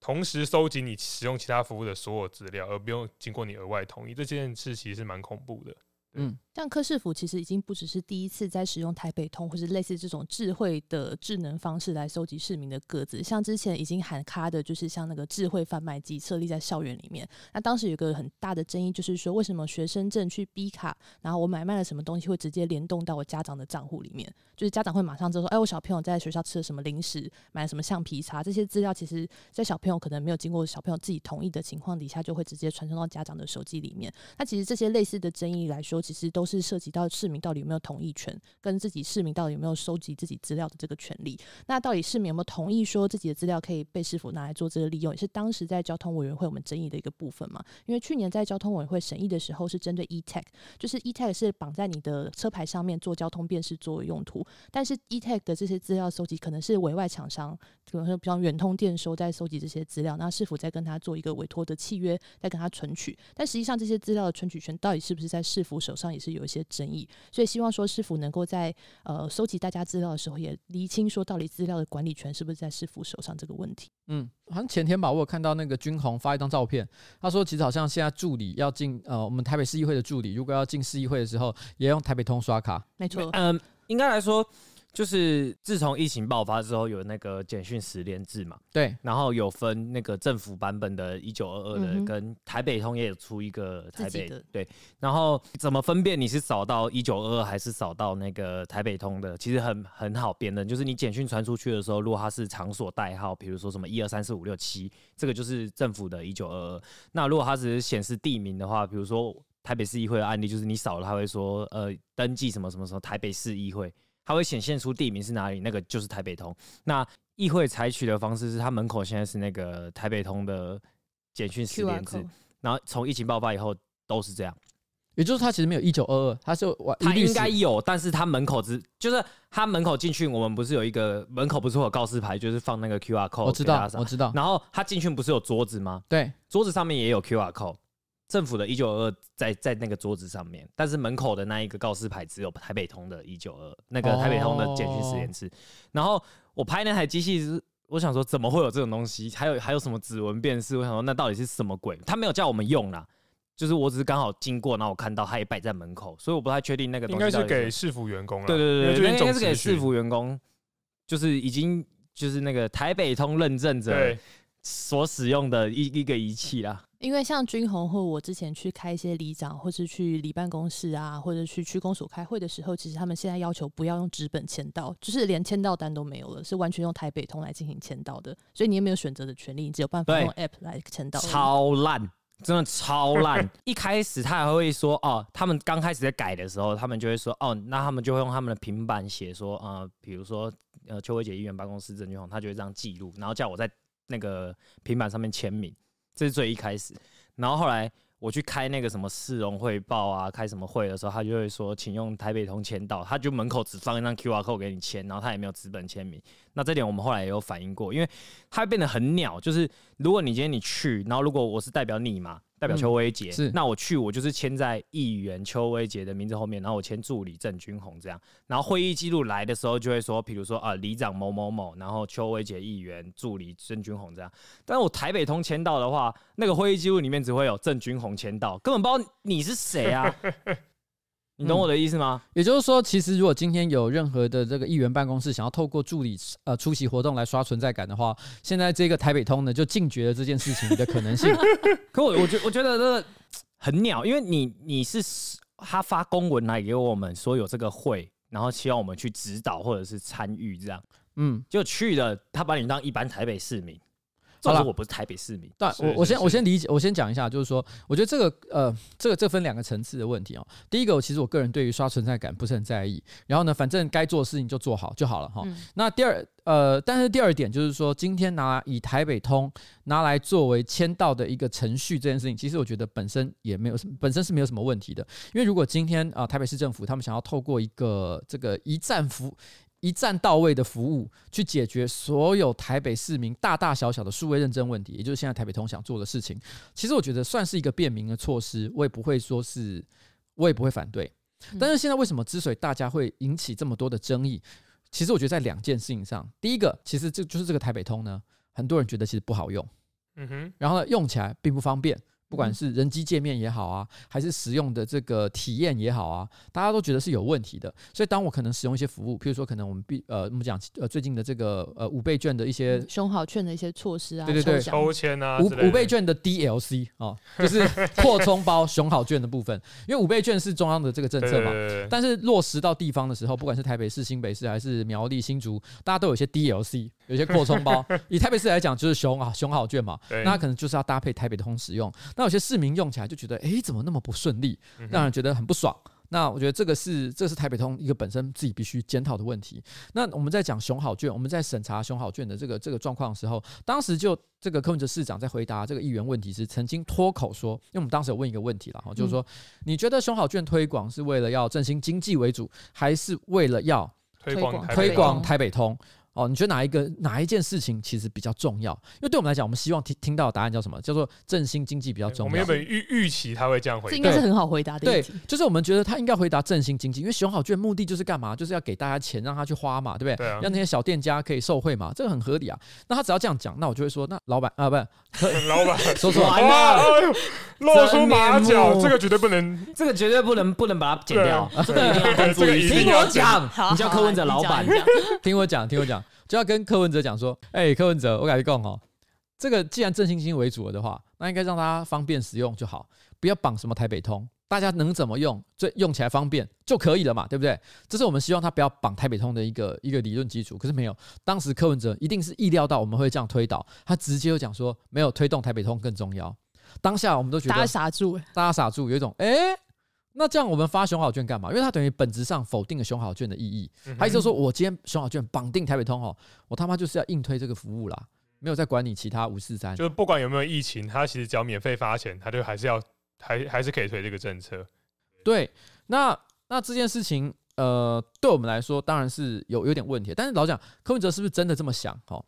C: 同时搜集你使用其他服务的所有资料，而不用经过你额外同意。这件事其实是蛮恐怖的。
A: 嗯
D: 像柯市府其实已经不只是第一次在使用台北通或是类似这种智慧的智能方式来收集市民的个资，像之前已经喊卡的，就是像那个智慧贩卖机设立在校园里面。那当时有个很大的争议，就是说为什么学生证去 B 卡，然后我买卖了什么东西会直接联动到我家长的账户里面？就是家长会马上就说，哎，我小朋友在学校吃了什么零食，买了什么橡皮擦，这些资料其实在小朋友可能没有经过小朋友自己同意的情况底下，就会直接传送到家长的手机里面。那其实这些类似的争议来说，其实都是涉及到市民到底有没有同意权，跟自己市民到底有没有收集自己资料的这个权利。那到底市民有没有同意说自己的资料可以被市府拿来做这个利用，也是当时在交通委员会我们争议的一个部分嘛？因为去年在交通委员会审议的时候，是针对 e-tag，就是 e-tag 是绑在你的车牌上面做交通辨识作为用途，但是 e-tag 的这些资料收集可能是委外厂商，比方说比方远通电收在收集这些资料，那市府在跟他做一个委托的契约，在跟他存取，但实际上这些资料的存取权到底是不是在市府手上，也是有一些争议，所以希望说市府能够在呃收集大家资料的时候，也厘清说到底资料的管理权是不是在市府手上这个问题。
A: 嗯，好像前天吧，我有看到那个军红发一张照片，他说其实好像现在助理要进呃，我们台北市议会的助理，如果要进市议会的时候，也用台北通刷卡。
D: 没错，
B: 嗯，应该来说，就是自从疫情爆发之后，有那个简讯十连制嘛，
A: 对，
B: 然后有分那个政府版本的一九二二
D: 嗯哼
B: 的，跟台北通也有出一个台
D: 自己
B: 北
D: 的
B: 对，然后怎么分辨你是扫到一九二二还是扫到那个台北通的？其实很很好辨认，就是你简讯传出去的时候，如果它是场所代号，比如说什么一二三四五六七，这个就是政府的一九二二。那如果它只是显示地名的话，比如说台北市议会的案例，就是你扫了，它会说呃登记什么什么什么台北市议会，它会显现出地名是哪里，那个就是台北通。那议会采取的方式是，它门口现在是那个台北通的简讯十
D: QR
B: 连制
D: code，
B: 然后从疫情爆发以后都是这样。
A: 也就是他其实没有一九二二，他是完一
B: 他
A: 律
B: 应该
A: 是
B: 有，但是他门口只就是他门口进去，我们不是有一个门口不是会有告示牌，就是放那个 QR code，
A: 我知
B: 给
A: 道
B: 大家，扫
A: 我知道，
B: 然后他进去不是有桌子吗？
A: 对，
B: 桌子上面也有 QR code，政府的一九二二在在那个桌子上面，但是门口的那一个告示牌只有台北通的一九二，那
C: 哦
B: 个台北通的简讯实验室。然后我拍那台机器是。我想说，怎么会有这种东西？还有还有什么指纹辨识？我想说，那到底是什么鬼？他没有叫我们用啦，就是我只是刚好经过，然后我看到他也摆在门口，所以我不太确定那个
C: 应
B: 东西
C: 该
B: 到
C: 是
B: 底
C: 给市府员工了，
B: 对对对
C: 因为
B: 对，
C: 这
B: 那应该
C: 边
B: 是
C: 总
B: 给
C: 时序
B: 市府员工，就是已经就是那个台北通认证者
C: 对，
B: 所使用的一一个仪器啦。
D: 因为像军红或我之前去开一些里长，或是去里办公室啊，或者去区公所开会的时候，其实他们现在要求不要用纸本签到，就是连签到单都没有了，是完全用台北通来进行签到的，所以你也没有选择的权利，你只有办法
B: 对
D: 用 App 来签到而已。
B: 超烂，真的超烂。一开始他还会说哦，他们刚开始在改的时候，他们就会说哦，那他们就会用他们的平板写说呃，比如说呃邱伟杰议员办公室证券行，他就会这样记录，然后叫我在那个平板上面签名，这是最一开始。然后后来我去开那个什么市容汇报啊，开什么会的时候，他就会说请用台北通签到，他就门口只放一张 QR code 给你签，然后他也没有纸本签名。那这点我们后来也有反映过，因为它会变得很鸟，就是如果你今天你去，然后如果我是代表你嘛，代表
A: 嗯
B: 邱威杰，
A: 是
B: 那我去我就是签在议员邱威杰的名字后面，然后我签助理郑君宏这样，然后会议记录来的时候就会说，比如说啊里长某某某，然后邱威杰议员助理郑君宏这样，但是我台北通签到的话， 那个会议记录里面只会有郑君宏签到，根本不知道你是谁啊。你懂我的意思吗？
A: 也就是说，其实如果今天有任何的这个议员办公室想要透过助理呃出席活动来刷存在感的话，现在这个台北通呢就禁绝了这件事情的可能 性。
B: 嗯可我我觉我觉得这个很鸟，因为你你是他发公文来给我们说有这个会，然后希望我们去指导或者是参与这样，
A: 嗯，
B: 就去了，他把你当一般台北市民。
A: 好啦
B: 这是我不是台北市民，
A: 但
C: 是
A: 我我
C: 是
A: 先我
C: 是
A: 先理解，我先讲一下，就是说，我觉得这个呃，这个这分两个层次的问题哦。第一个，其实我个人对于刷存在感不是很在意，然后呢，反正该做的事情就做好就好了哈。
D: 嗯
A: 那第二呃，但是第二点就是说，今天拿以台北通拿来作为签到的一个程序这件事情，其实我觉得本身也没有什么，本身是没有什么问题的。因为如果今天啊、呃台北市政府他们想要透过一个这个一站服。一站到位的服务，去解决所有台北市民大大小小的数位认证问题，也就是现在台北通想做的事情。其实我觉得算是一个便民的措施，我也不会说是，我也不会反对。但是现在为什么之所以大家会引起这么多的争议，其实我觉得在两件事情上，第一个其实这就是这个台北通呢，很多人觉得其实不好用，
C: 嗯哼，
A: 然后呢用起来并不方便，不管
D: 嗯
A: 是人机界面也好啊，还是使用的这个体验也好啊，大家都觉得是有问题的。所以当我可能使用一些服务，譬如说可能我们必呃我们讲呃最近的这个呃五倍券的一些
D: 嗯熊好券的一些措施啊，
A: 对对对
D: 抽奖
C: 抽签啊
A: 五
C: 之类的，
A: 五倍券的 DLC 哦， 就是扩充包熊好券的部分，因为五倍券是中央的这个政
C: 对
A: 策
C: 对
A: 嘛，
C: 对对对
A: 但是落实到地方的时候，不管是台北市、新北市还是苗栗、新竹，大家都有一些 DLC，有一些扩充包。以台北市来讲，就是熊啊熊好券嘛，
C: 对
A: 那它可能就是要搭配台北通使用。那有些市民用起来就觉得，诶，怎么那么不顺利，
C: 嗯哼
A: 让人觉得很不爽。那我觉得这个是这是台北通一个本身自己必须检讨的问题。那我们在讲熊好券，我们在审查熊好券的这个这个状况的时候，当时就这个柯文哲市长在回答这个议员问题时，曾经脱口说，因为我们当时有问一个问题了哈，就是说
C: 嗯
A: 你觉得熊好券推广是为了要振兴经济为主，还是为了要
C: 推
D: 推
C: 广
D: 广
C: 台
A: 推
C: 北嗯
A: 广
D: 通
A: 台北通。哦，你觉得哪一个哪一件事情其实比较重要？因为对我们来讲，我们希望听听到的答案叫什么？叫做振兴经济比较
C: 我
A: 重
C: 们
A: 要
C: 原。本预预期他会这样回
D: 这应
C: 答
D: 该是很好回答的一
A: 对
D: 题。，
A: 就是我们觉得他应该回答振兴经济，因为熊好券目的就是干嘛？就是要给大家钱让他去花嘛，对不对？
C: 对啊，
A: 让那些小店家可以受惠嘛，这个很合理啊。那他只要这样讲，那我就会说，那老板啊，不 是
C: 老板
A: 说错了，
B: 完了
C: 哇哎呦露出马
B: 真面
C: 脚，
B: 目
C: 这个绝对不能，
B: 这个绝对不能不能把它剪掉， 这个一定要
C: 这个一定要
B: 讲
D: 好
B: 你叫柯文哲老板
D: 好啊你，讲你讲
A: 听我讲，听我讲，就要跟柯文哲讲说， 哎、柯文哲，我感觉讲哦，这个既然振兴经为主了的话，那应该让大家方便使用就好，不要绑什么台北通，大家能怎么用，最用起来方便就可以了嘛，对不对？这是我们希望他不要绑台北通的一个一个理论基础。可是没有，当时柯文哲一定是意料到我们会这样推导，他直接就讲说，没有推动台北通更重要。当下我们都觉得
D: 大家傻住，哎
A: 大家傻住，有一种哎、诶那这样我们发熊好券干嘛？因为它等于本质上否定了熊好券的意义。
C: 嗯哼
A: 还有就是说我今天熊好券绑定台北通哦，我他妈就是要硬推这个服务啦，没有在管你其他五四三
C: 就。是不管有没有疫情，他其实只要免费发钱，他就还是要还还是可以推这个政策。
A: 对，那那这件事情，呃，对我们来说当然是有有点问题，但是老讲柯文哲是不是真的这么想？哦，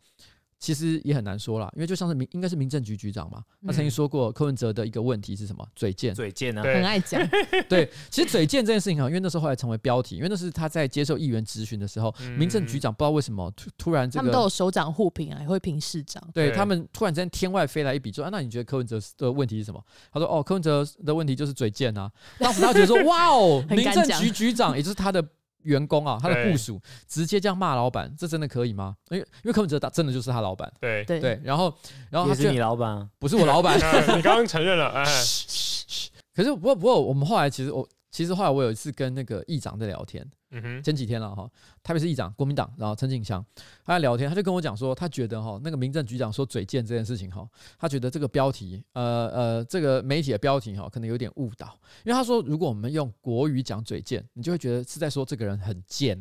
A: 其实也很难说啦，因为就像是民应该是民政局局长嘛，他
D: 嗯
A: 曾经说过柯文哲的一个问题是什么？嘴贱。
B: 嘴贱啊，
D: 很
C: 对，
D: 爱讲，
A: 对，其实嘴贱这件事情啊，因为那时候后来成为标题，因为那是他在接受议员质询的时候，
C: 嗯
A: 民政局长不知道为什么突突然这
D: 他们都
A: 个
D: 有。首长互评啊，也会评市长。
A: 对
C: 对
A: 他们突然之间天外飞来一笔，说、啊：“那你觉得柯文哲的问题是什么？”他说：“哦，柯文哲的问题就是嘴贱啊。”当时他觉得说：“哇哦，
D: 很
A: 民
D: 敢
A: 政
D: 讲
A: 局局长，也就是他的员工啊，他的
C: 对
A: 部属，直接这样骂老板，这真的可以吗？因为因为柯文哲他真的就是他老板，
C: 对，
D: 对
A: 对。然后然后
B: 也
A: 他
B: 是
A: 居
B: 你
A: 然
B: 老板啊，
A: 不是我老 板，
C: 那你刚刚承认了，哎，
A: 可是不过不过我们后来其实我其实后来我有一次跟那个议长在聊天，
C: 嗯 哼，
A: 前几天了哈，台北市议长国民党，然后陈景祥，他在聊天，他就跟我讲说，他觉得哈那个民政局长说嘴贱这件事情哈，他觉得这个标题，呃呃，这个媒体的标题哈，可能有点误导，因为他说如果我们用国语讲嘴贱，你就会觉得是在说这个人很贱、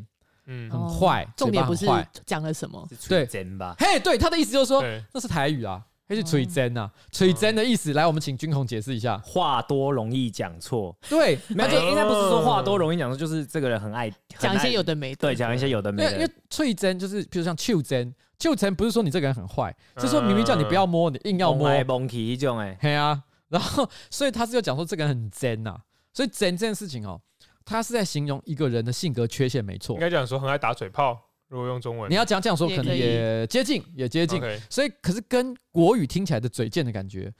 C: 嗯
A: 很
D: 哦
A: 坏，
D: 重
A: 嘴
D: 点
A: 巴
D: 不
A: 很
D: 是
A: 坏
D: 讲了什么，
B: 是嘴
A: 对
B: 贱吧？
A: 嘿，对，他的意思就是说
C: 对，
A: 那是台语啊，那是嘴贱啊，嘴贱的意思，来，我们请君红解释一下。
B: 话多容易讲错，
A: 对，
B: 没有，
A: 他
B: 就
A: 就
B: 应该不是说话多容易讲错，就是这个人很爱
D: 讲一些有
B: 的，
D: 的没的。
B: 对，讲一些有的
A: 因
B: 没
A: 为因为
B: 的，
A: 翠珍就是，比如像秋珍，秋珍不是说你这个人很坏，是
B: 嗯
A: 说明明叫你不要摸，你硬要摸，
B: 来蒙起一种 哎，
A: 嘿啊，然后所以他是要讲说这个人很真呐、所以真这件事情哦，他是在形容一个人的性格缺陷，没错
C: 应。该讲说很爱打嘴炮，如果用中文，
A: 你要讲这样说，
D: 也
A: 可能
D: 可以
A: 也接近，也接近。
C: OK，
A: 所以，可是跟国语听起来的嘴贱的感觉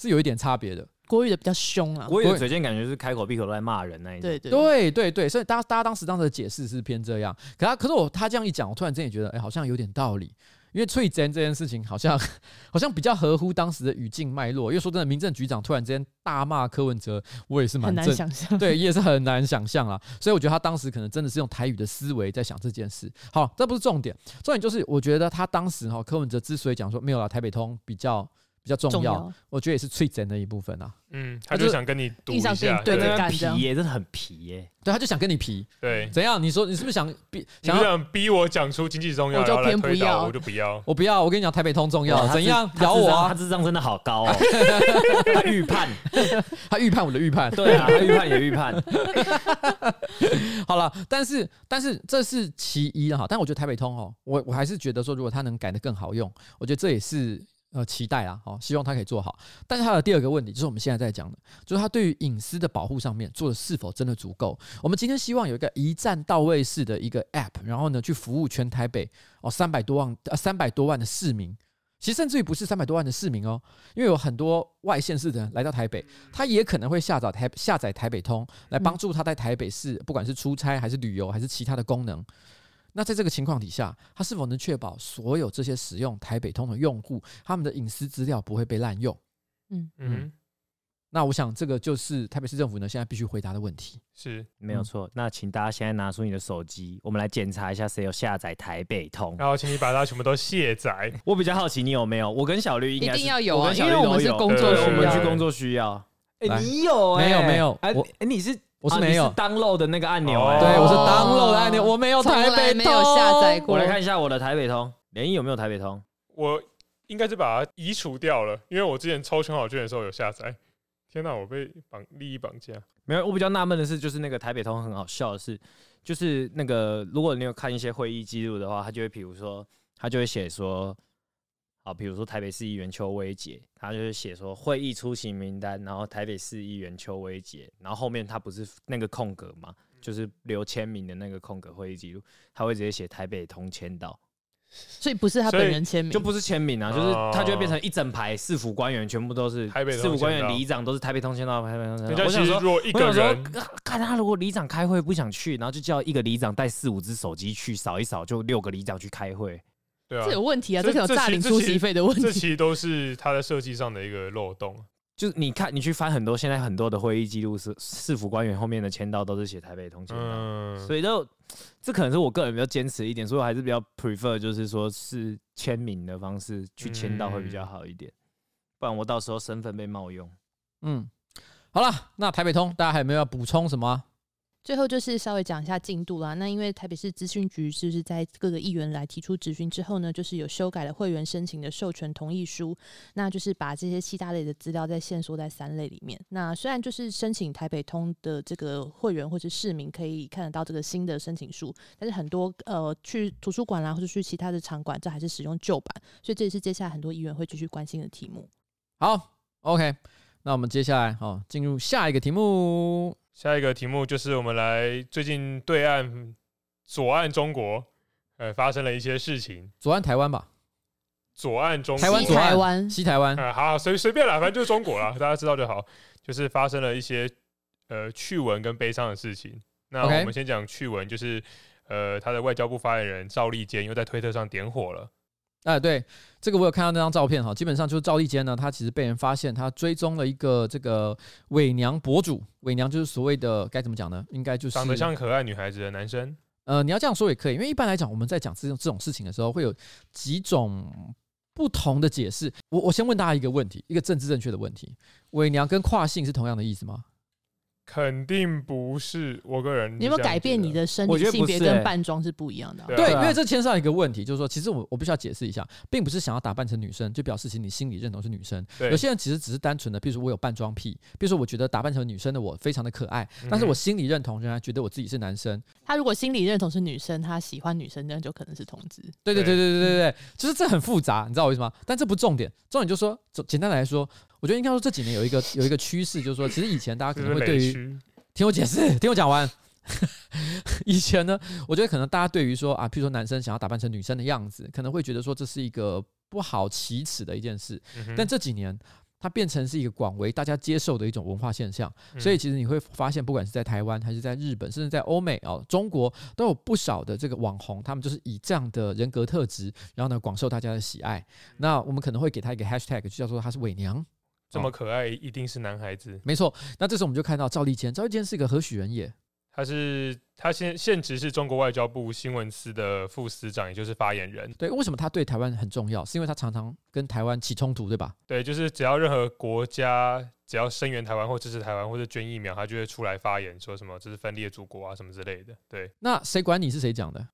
A: 是有一点差别的。
D: 国语的比较凶啊。
B: 国语的嘴贱感觉是开口闭口都在骂人啊那一种。
D: 对对
A: 对对对，所以大家大家当时当时的解释是偏这样，可他可是我他这样一讲，我突然之间也觉得，哎、好像有点道理。因为翠珍这件事情好像 好像比较合乎当时的语境脉络，因为说真的，民政局长突然之间大骂柯文哲，我也是蛮
D: 很
A: 震
D: 难想 象。
A: 对，也是很难想象啦。所以我觉得他当时可能真的是用台语的思维在想这件事。好，这不是重点，重点就是我觉得他当时哈柯文哲之所以讲说没有啦，台北通比较比较重要，
D: 重要，
A: 我觉得也是最真的一部分啊。
C: 嗯，他
A: 就
C: 就是想跟你赌一
D: 硬
C: 下
D: 上，跟你
B: 对，
D: 对
B: 那
D: 干
B: 皮
D: 这样
B: 耶、真的很皮耶、
A: 对，他就想跟你皮，
C: 对，
A: 怎样？你说你是不是想比
C: 你
A: 嗯想
C: 不
A: 要？
C: 想逼我讲出经济重要，
D: 我就
C: 然后来
D: 偏不
C: 推
D: 要
C: 倒我就不要。
A: 我不要，我跟你讲，台北通重要
B: 哇，他
A: 怎
B: 智
A: 样
B: 他
A: 咬
B: 智
A: 我
B: 商他
A: 啊？
B: 智商真的好高哦，他预判，
A: 他预判我的预判，
B: 对啊，他预判也预判，
A: 好了，但是但是这是其一啦哈，但我觉得台北通哦，我我还是觉得说，如果它能改得更好用，我觉得这也是呃期待啦，哦，希望它可以做好。但是它的第二个问题就是我们现在在讲的，就是它对于隐私的保护上面做的是否真的足够？我们今天希望有一个一站到位式的一个 App，然后呢去服务全台北哦三百多万呃三百多万的市民。其实甚至于不是三百多万的市民哦，因为有很多外县市的人来到台北，他也可能会下载台下载台北通来帮助他在台北市，不管是出差还是旅游还是其他的功能。那在这个情况底下，他是否能确保所有这些使用台北通的用户，他们的隐私资料不会被滥用？
D: 嗯，
C: 嗯，
A: 那我想这个就是台北市政府呢现在必须回答的问题。
C: 是。
B: 没有错。那请大家现在拿出你的手机，我们来检查一下谁有下载台北通。
C: 然后请你把它全部都卸载。
B: 我比较好奇你有没有？我跟小绿应该
D: 一
B: 是
D: 定要有
B: 我
D: 啊，
B: 跟
D: 因
B: 小绿
D: 为我们是
B: 都有
D: 工作
C: 对
B: 对，我
D: 需
B: 们
D: 要
B: 去。工作需要。欸哎、
A: 来
B: 你有、哎
A: 没有没有
B: 哎、
A: 我
B: 哎你是
A: 我是
B: 啊
A: 没有
B: 你是 download 的那个按钮、哎
C: 哦
A: 对，我是
D: 哦
A: download 的按钮，我没有
D: 从
A: 台
D: 来
A: 北通，
D: 没有下载过
B: 我来看一下我的台北通，联谊有没有台北通？
C: 我应该是把它移除掉了，因为我之前抽选好券的时候有下载。天哪、我被绑利益绑架。
B: 没有，我比较纳闷的是，就是那个台北通很好笑的是，就是那个如果你有看一些会议记录的话，他就会比如说，他就会写说，好，比如说台北市议员邱威杰，他就会写说会议出席名单，然后台北市议员邱威杰，然后后面他不是那个空格嘛，就是留签名的那个空格会议记录，他会直接写台北通签到，
D: 所以不是他
C: 所以
D: 本人签名，
B: 就不是签名啊，就是
C: 哦
B: 他就会变成一整排市府官员全部都是
C: 台北通
B: 市府官
C: 签
B: 员、
C: 到
B: 里长都是台北通签到，台北通签
C: 人
B: 到。
C: 家
B: 啊我
C: 其
B: 想
C: 实
B: 说
C: 如。果一
B: 我
C: 个
B: 想说
C: 人，
B: 啊看他如果里长开会不想去，然后就叫一个里长带四五只手机去扫一扫，就六个里长去开会。
C: 对啊
D: 这，有问题啊，
C: 这
D: 这可能有诈领出席费的问
C: 这
D: 题。
C: 其实都是它的设计上的一个漏洞。啊
B: 就是你看，你去翻很多现在很多的会议记录是市府官员后面的签到都是写啊台北通签到，
C: 嗯，
B: 所以就这可能是我个人比较坚持一点，所以我还是比较 prefer 就是说是签名的方式去签到会比较好一
C: 嗯
B: 点，不然我到时候身份被冒用。
A: 嗯，好了，那台北通大家还有没有要补充什么啊？
D: 最后就是稍微讲一下进度啦。那因为台北市资讯局就是在各个议员来提出质询之后呢，就是有修改了会员申请的授权同意书，那就是把这些七大类的资料再限缩在三类里面。那虽然就是申请台北通的这个会员或是市民可以看得到这个新的申请书，但是很多呃去图书馆啦，或者去其他的场馆，这还是使用旧版，所以这也是接下来很多议员会继续关心的题目。
A: 好，OK，那我们接下来哦进入下一个题目。
C: 下一个题目就是我们来最近对岸左岸中国，呃，发生了一些事情。
A: 左岸台湾吧，
C: 左岸中国，
A: 台湾
D: 西
A: 左岸
D: 台湾
A: 西台湾，
C: 啊、好，随随便啦，反正就是中国啦， 大家知道就好。就是发生了一些呃趣闻跟悲伤的事情。那
A: OK
C: 我们先讲趣闻，就是呃，他的外交部发言人赵立坚又在推特上点火了。
A: 哎，对，这个我有看到那张照片哈，基本上就是赵立坚呢，他其实被人发现他追踪了一个这个伪娘博主，伪娘就是所谓的该怎么讲呢？应该就是
C: 长得像可爱女孩子的男生，
A: 呃，你要这样说也可以，因为一般来讲我们在讲这种这种事情的时候，会有几种不同的解释。我我先问大家一个问题，一个政治正确的问题：伪娘跟跨性是同样的意思吗？
C: 肯定不是我个人。
D: 你有没有改变你？的生
B: 我
D: 理
B: 觉得
D: 性
B: 不
D: 别
B: 是欸
D: 跟扮装是不一样的啊、
C: 对
A: 对，
B: 啊
A: 因为这牵涉到一个问题，就是说，其实我我必须要解释一下，并不是想要打扮成女生就表示其实你心里认同是女生。
C: 对
A: 有些人其实只是单纯的，比如说我有扮装癖，比如说我觉得打扮成女生的我非常的可爱，
C: 嗯
A: 但是我心里认同仍然觉得我自己是男生。
D: 他如果心理认同是女生，他喜欢女生，那就可能是同志。
C: 嗯
A: 对对对对对对对，就是这很复杂，你知道我意思吗？但这不重点，重点就是说，总简单来说，我觉得应该说这几年有一个有一个趋势，就是说，其实以前大家可
C: 就
A: 能
C: 是
A: 会
C: 雷
A: 对于
C: 区，
A: 听我解释，听我讲完。 以前呢，我觉得可能大家对于说啊，譬如说男生想要打扮成女生的样子，可能会觉得说这是一个不好启齿的一件事。
C: 嗯哼
A: 但这几年，它变成是一个广为大家接受的一种文化现象。
C: 嗯
A: 所以其实你会发现，不管是在台湾还是在日本，甚至在欧美哦，中国都有不少的这个网红，他们就是以这样的人格特质，然后呢广受大家的喜爱。那我们可能会给他一个 hashtag，就叫做他是伪娘。
C: 这
A: 哦
C: 么可爱，一定是男孩子。
A: 没错，那这时候我们就看到赵立坚，赵立坚是个何许人也？
C: 他是他现现职是中国外交部新闻司的副司长，也就是发言人。
A: 对，为什么他对台湾很重要？是因为他常常跟台湾起冲突，对吧？
C: 对，就是只要任何国家只要声援台湾或支持台湾或者捐疫苗，他就会出来发言，说什么这是分裂祖国啊什么之类的。对，
A: 那谁管你是谁讲的？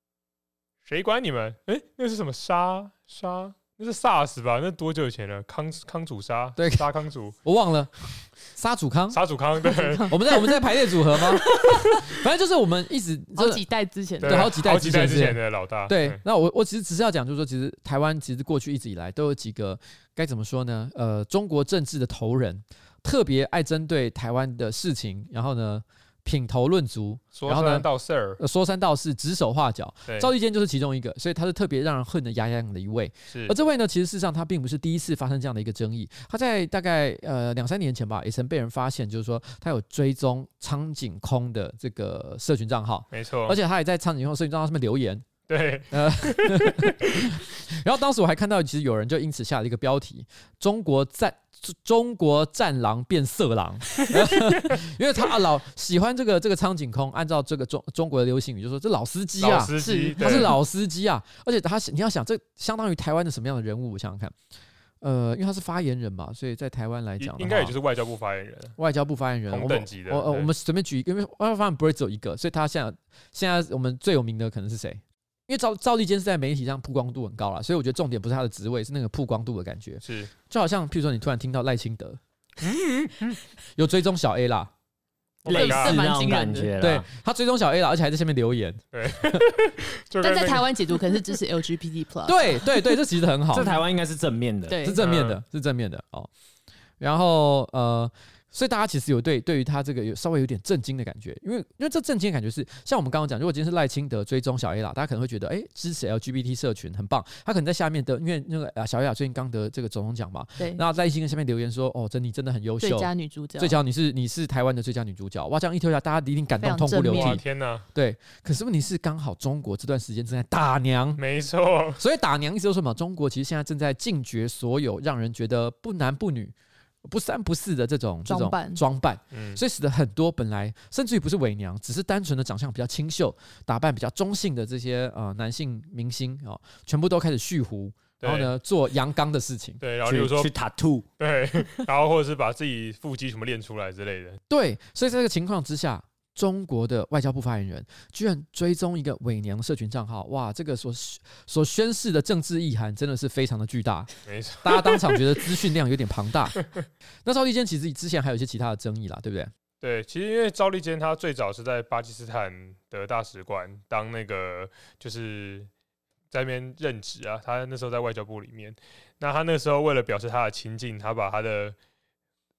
C: 谁管你们？诶，那是什么沙沙？那是 SARS 吧？那多久以前了？康康祖沙，
A: 对
C: 沙 康祖，
A: 我忘了，沙祖康。
C: 沙祖康，对，
A: 我们在我们在排列组合 吗？反正就是我们一直
D: 好
A: 真的
D: 几代之前
A: 对
D: 的，
A: 好几代
C: 好
A: 之
C: 几代
A: 前
C: 之
A: 是
C: 前的老大。
A: 对，那我我其实只是要讲，就是说，其实台湾其实过去一直以来都有几个该怎么说呢？呃，中国政治的头人特别爱针对台湾的事情，然后呢品头论足，
C: 说
A: 然后呢
C: 三道四儿，
A: 呃说三道四，指手画脚。
C: 对，
A: 赵立坚就是其中一个，所以他是特别让人恨得牙痒的一位。
C: 是
A: 呃而这位呢，其实事实上他并不是第一次发生这样的一个争议。他在大概呃两三年前吧，也曾被人发现，就是说他有追踪苍井空的这个社群账号，
C: 没错
A: 而，且他也在苍井空社群账号上面留言。呃
C: 对，
A: 然后当时我还看到，其实有人就因此下了一个标题：“中国战中国战狼变色狼”， 因为他啊老喜欢这个这个苍井空，按照这个中中国的流行语，就说这老司机
C: 老
A: 啊，
C: 司机，
D: 是
A: 他
C: 对
A: 是老司机啊，而且他是你要想，这相当于台湾的什么样的人物？我想想看，呃，因为他是发言人嘛，所以在台湾来
C: 应
A: 讲，
C: 应该也就是外交部发言人，
A: 外交部发言人，
C: 同
A: 我
C: 等
A: 们
C: 级的。
A: 我呃，
C: 对
A: 我们随便举一个，因为外交部发言人不会只有一个，所以他现在现在我们最有名的可能是谁？因为赵赵立坚是在媒体上曝光度很高了，所以我觉得重点不是他的职位，是那个曝光度的感觉。
C: 是
A: 就好像譬如说，你突然听到赖清德有追踪小 A 啦，
C: Oh my
B: 类
C: god
B: 似那种
D: 这
B: 感
D: 蛮惊
B: 觉啦，
A: 对他追踪小 A 啦，而且还在下面留言，
C: 就跟
D: 但在
C: 那
D: 台
C: 个
D: 湾解读可能是支持 LGBT plus。
A: 对对对，这其实很好，
B: 这台湾应该是正面的，
D: 对
A: 是正面的，是正面的哦。然后呃，所以大家其实有对对于他这个有稍微有点震惊的感觉，因为因为这震惊的感觉是，像我们刚刚讲，如果今天是赖清德追踪小 A 啦，大家可能会觉得，哎，支持 LGBT 社群很棒。他可能在下面的，因为那个呃小 A 啊最近刚得这个总统奖嘛，
D: 对，
A: 那赖清德下面留言说，哦，珍妮真的很优
D: 最
A: 秀。
D: 佳女主角，
A: 最佳你是你是台湾的最佳女主角，哇！这样一推下，大家一定感动
D: 非常
A: 痛哭流
D: 正
C: 哇
D: 面
A: 涕。
C: 天哪，
A: 对，可是问题是刚好中国这段时间正在打娘，
C: 没错，
A: 所以打娘意思就是什么？中国其实现在正在禁绝所有让人觉得不男不女、不三不四的这种这种
D: 装扮
A: 装扮，
C: 嗯，
A: 所以使得很多本来甚至于不是伪娘，只是单纯的长相比较清秀、打扮比较中性的这些呃男性明星哦，全部都开始蓄胡，然后
C: 对
A: 呢做阳刚的事情。
C: 对，然后比如
B: 去
C: 说
B: 去 tattoo，
C: 对，然后或者是把自己腹肌什么练出来之类的，
A: 对，所以在这个情况之下。中国的外交部发言人居然追踪一个伪娘社群账号，哇，这个所所宣示的政治意涵真的是非常的巨大。
C: 没错，
A: 大家当场觉得资讯量有点庞大。那赵立坚其实之前还有一些其他的争议啦，对不对？
C: 对，其实因为赵立坚他最早是在巴基斯坦的大使馆当那个就是在那边任职啊，他那时候在外交部里面。那他那时候为了表示他的亲近，他把他的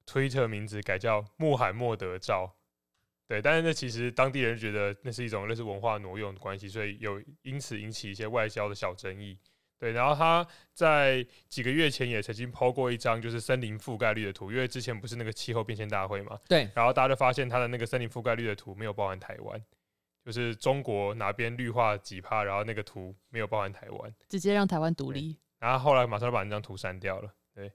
C: 推特名字改叫穆罕默德赵。对，但是那其实当地人觉得那是一种类似文化挪用的关系，所以有因此引起一些外交的小争议。对，然后他在几个月前也曾经抛过一张就是森林覆盖率的图，因为之前不是那个气候变迁大会嘛，
A: 对，
C: 然后大家就发现它的那个森林覆盖率的图没有包含台湾，就是中国哪边绿化几趴，然后那个图没有包含台湾。
D: 直接让台湾独立。
C: 然后后来马上就把那张图删掉了。对，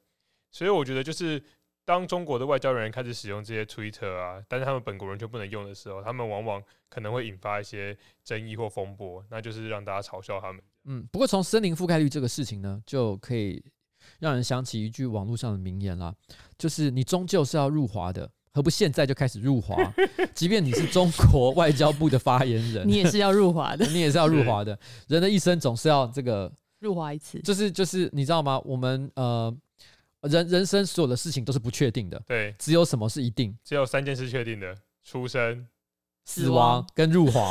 C: 所以我觉得就是当中国的外交人员开始使用这些 Twitter 啊，但是他们本国人却不能用的时候，他们往往可能会引发一些争议或风波，那就是让大家嘲笑他们。
A: 嗯，不过从森林覆盖率这个事情呢，就可以让人想起一句网络上的名言啦，就是你终究是要入华的。何不现在就开始入 华？即便你是中国外交部的发言人，
D: 你也是要入华的，
A: 你也是要入华的。人的一生总是要这个，
D: 入华一次。
A: 就是就是，你知道吗？我们呃，人人生所有的事情都是不确定的，
C: 对，
A: 只有什么是一定：
C: 只有三件事确定的：出生、
A: 死亡跟入华。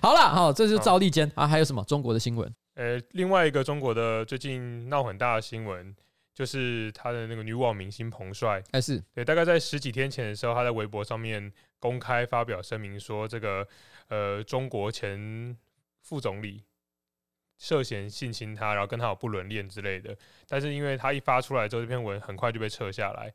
A: 好了，好，这就是赵立坚啊，还有什么中国的新闻？
C: 呃，另外一个中国的最近闹很大的新闻，就是他的那个女网明星彭帅，
A: 哎，是
C: 对，大概在十几天前的时候，他在微博上面公开发表声明说，这个呃，中国前副总理涉嫌性侵他，然后跟他有不伦恋之类的。但是因为他一发出来之后，这篇文很快就被撤下来，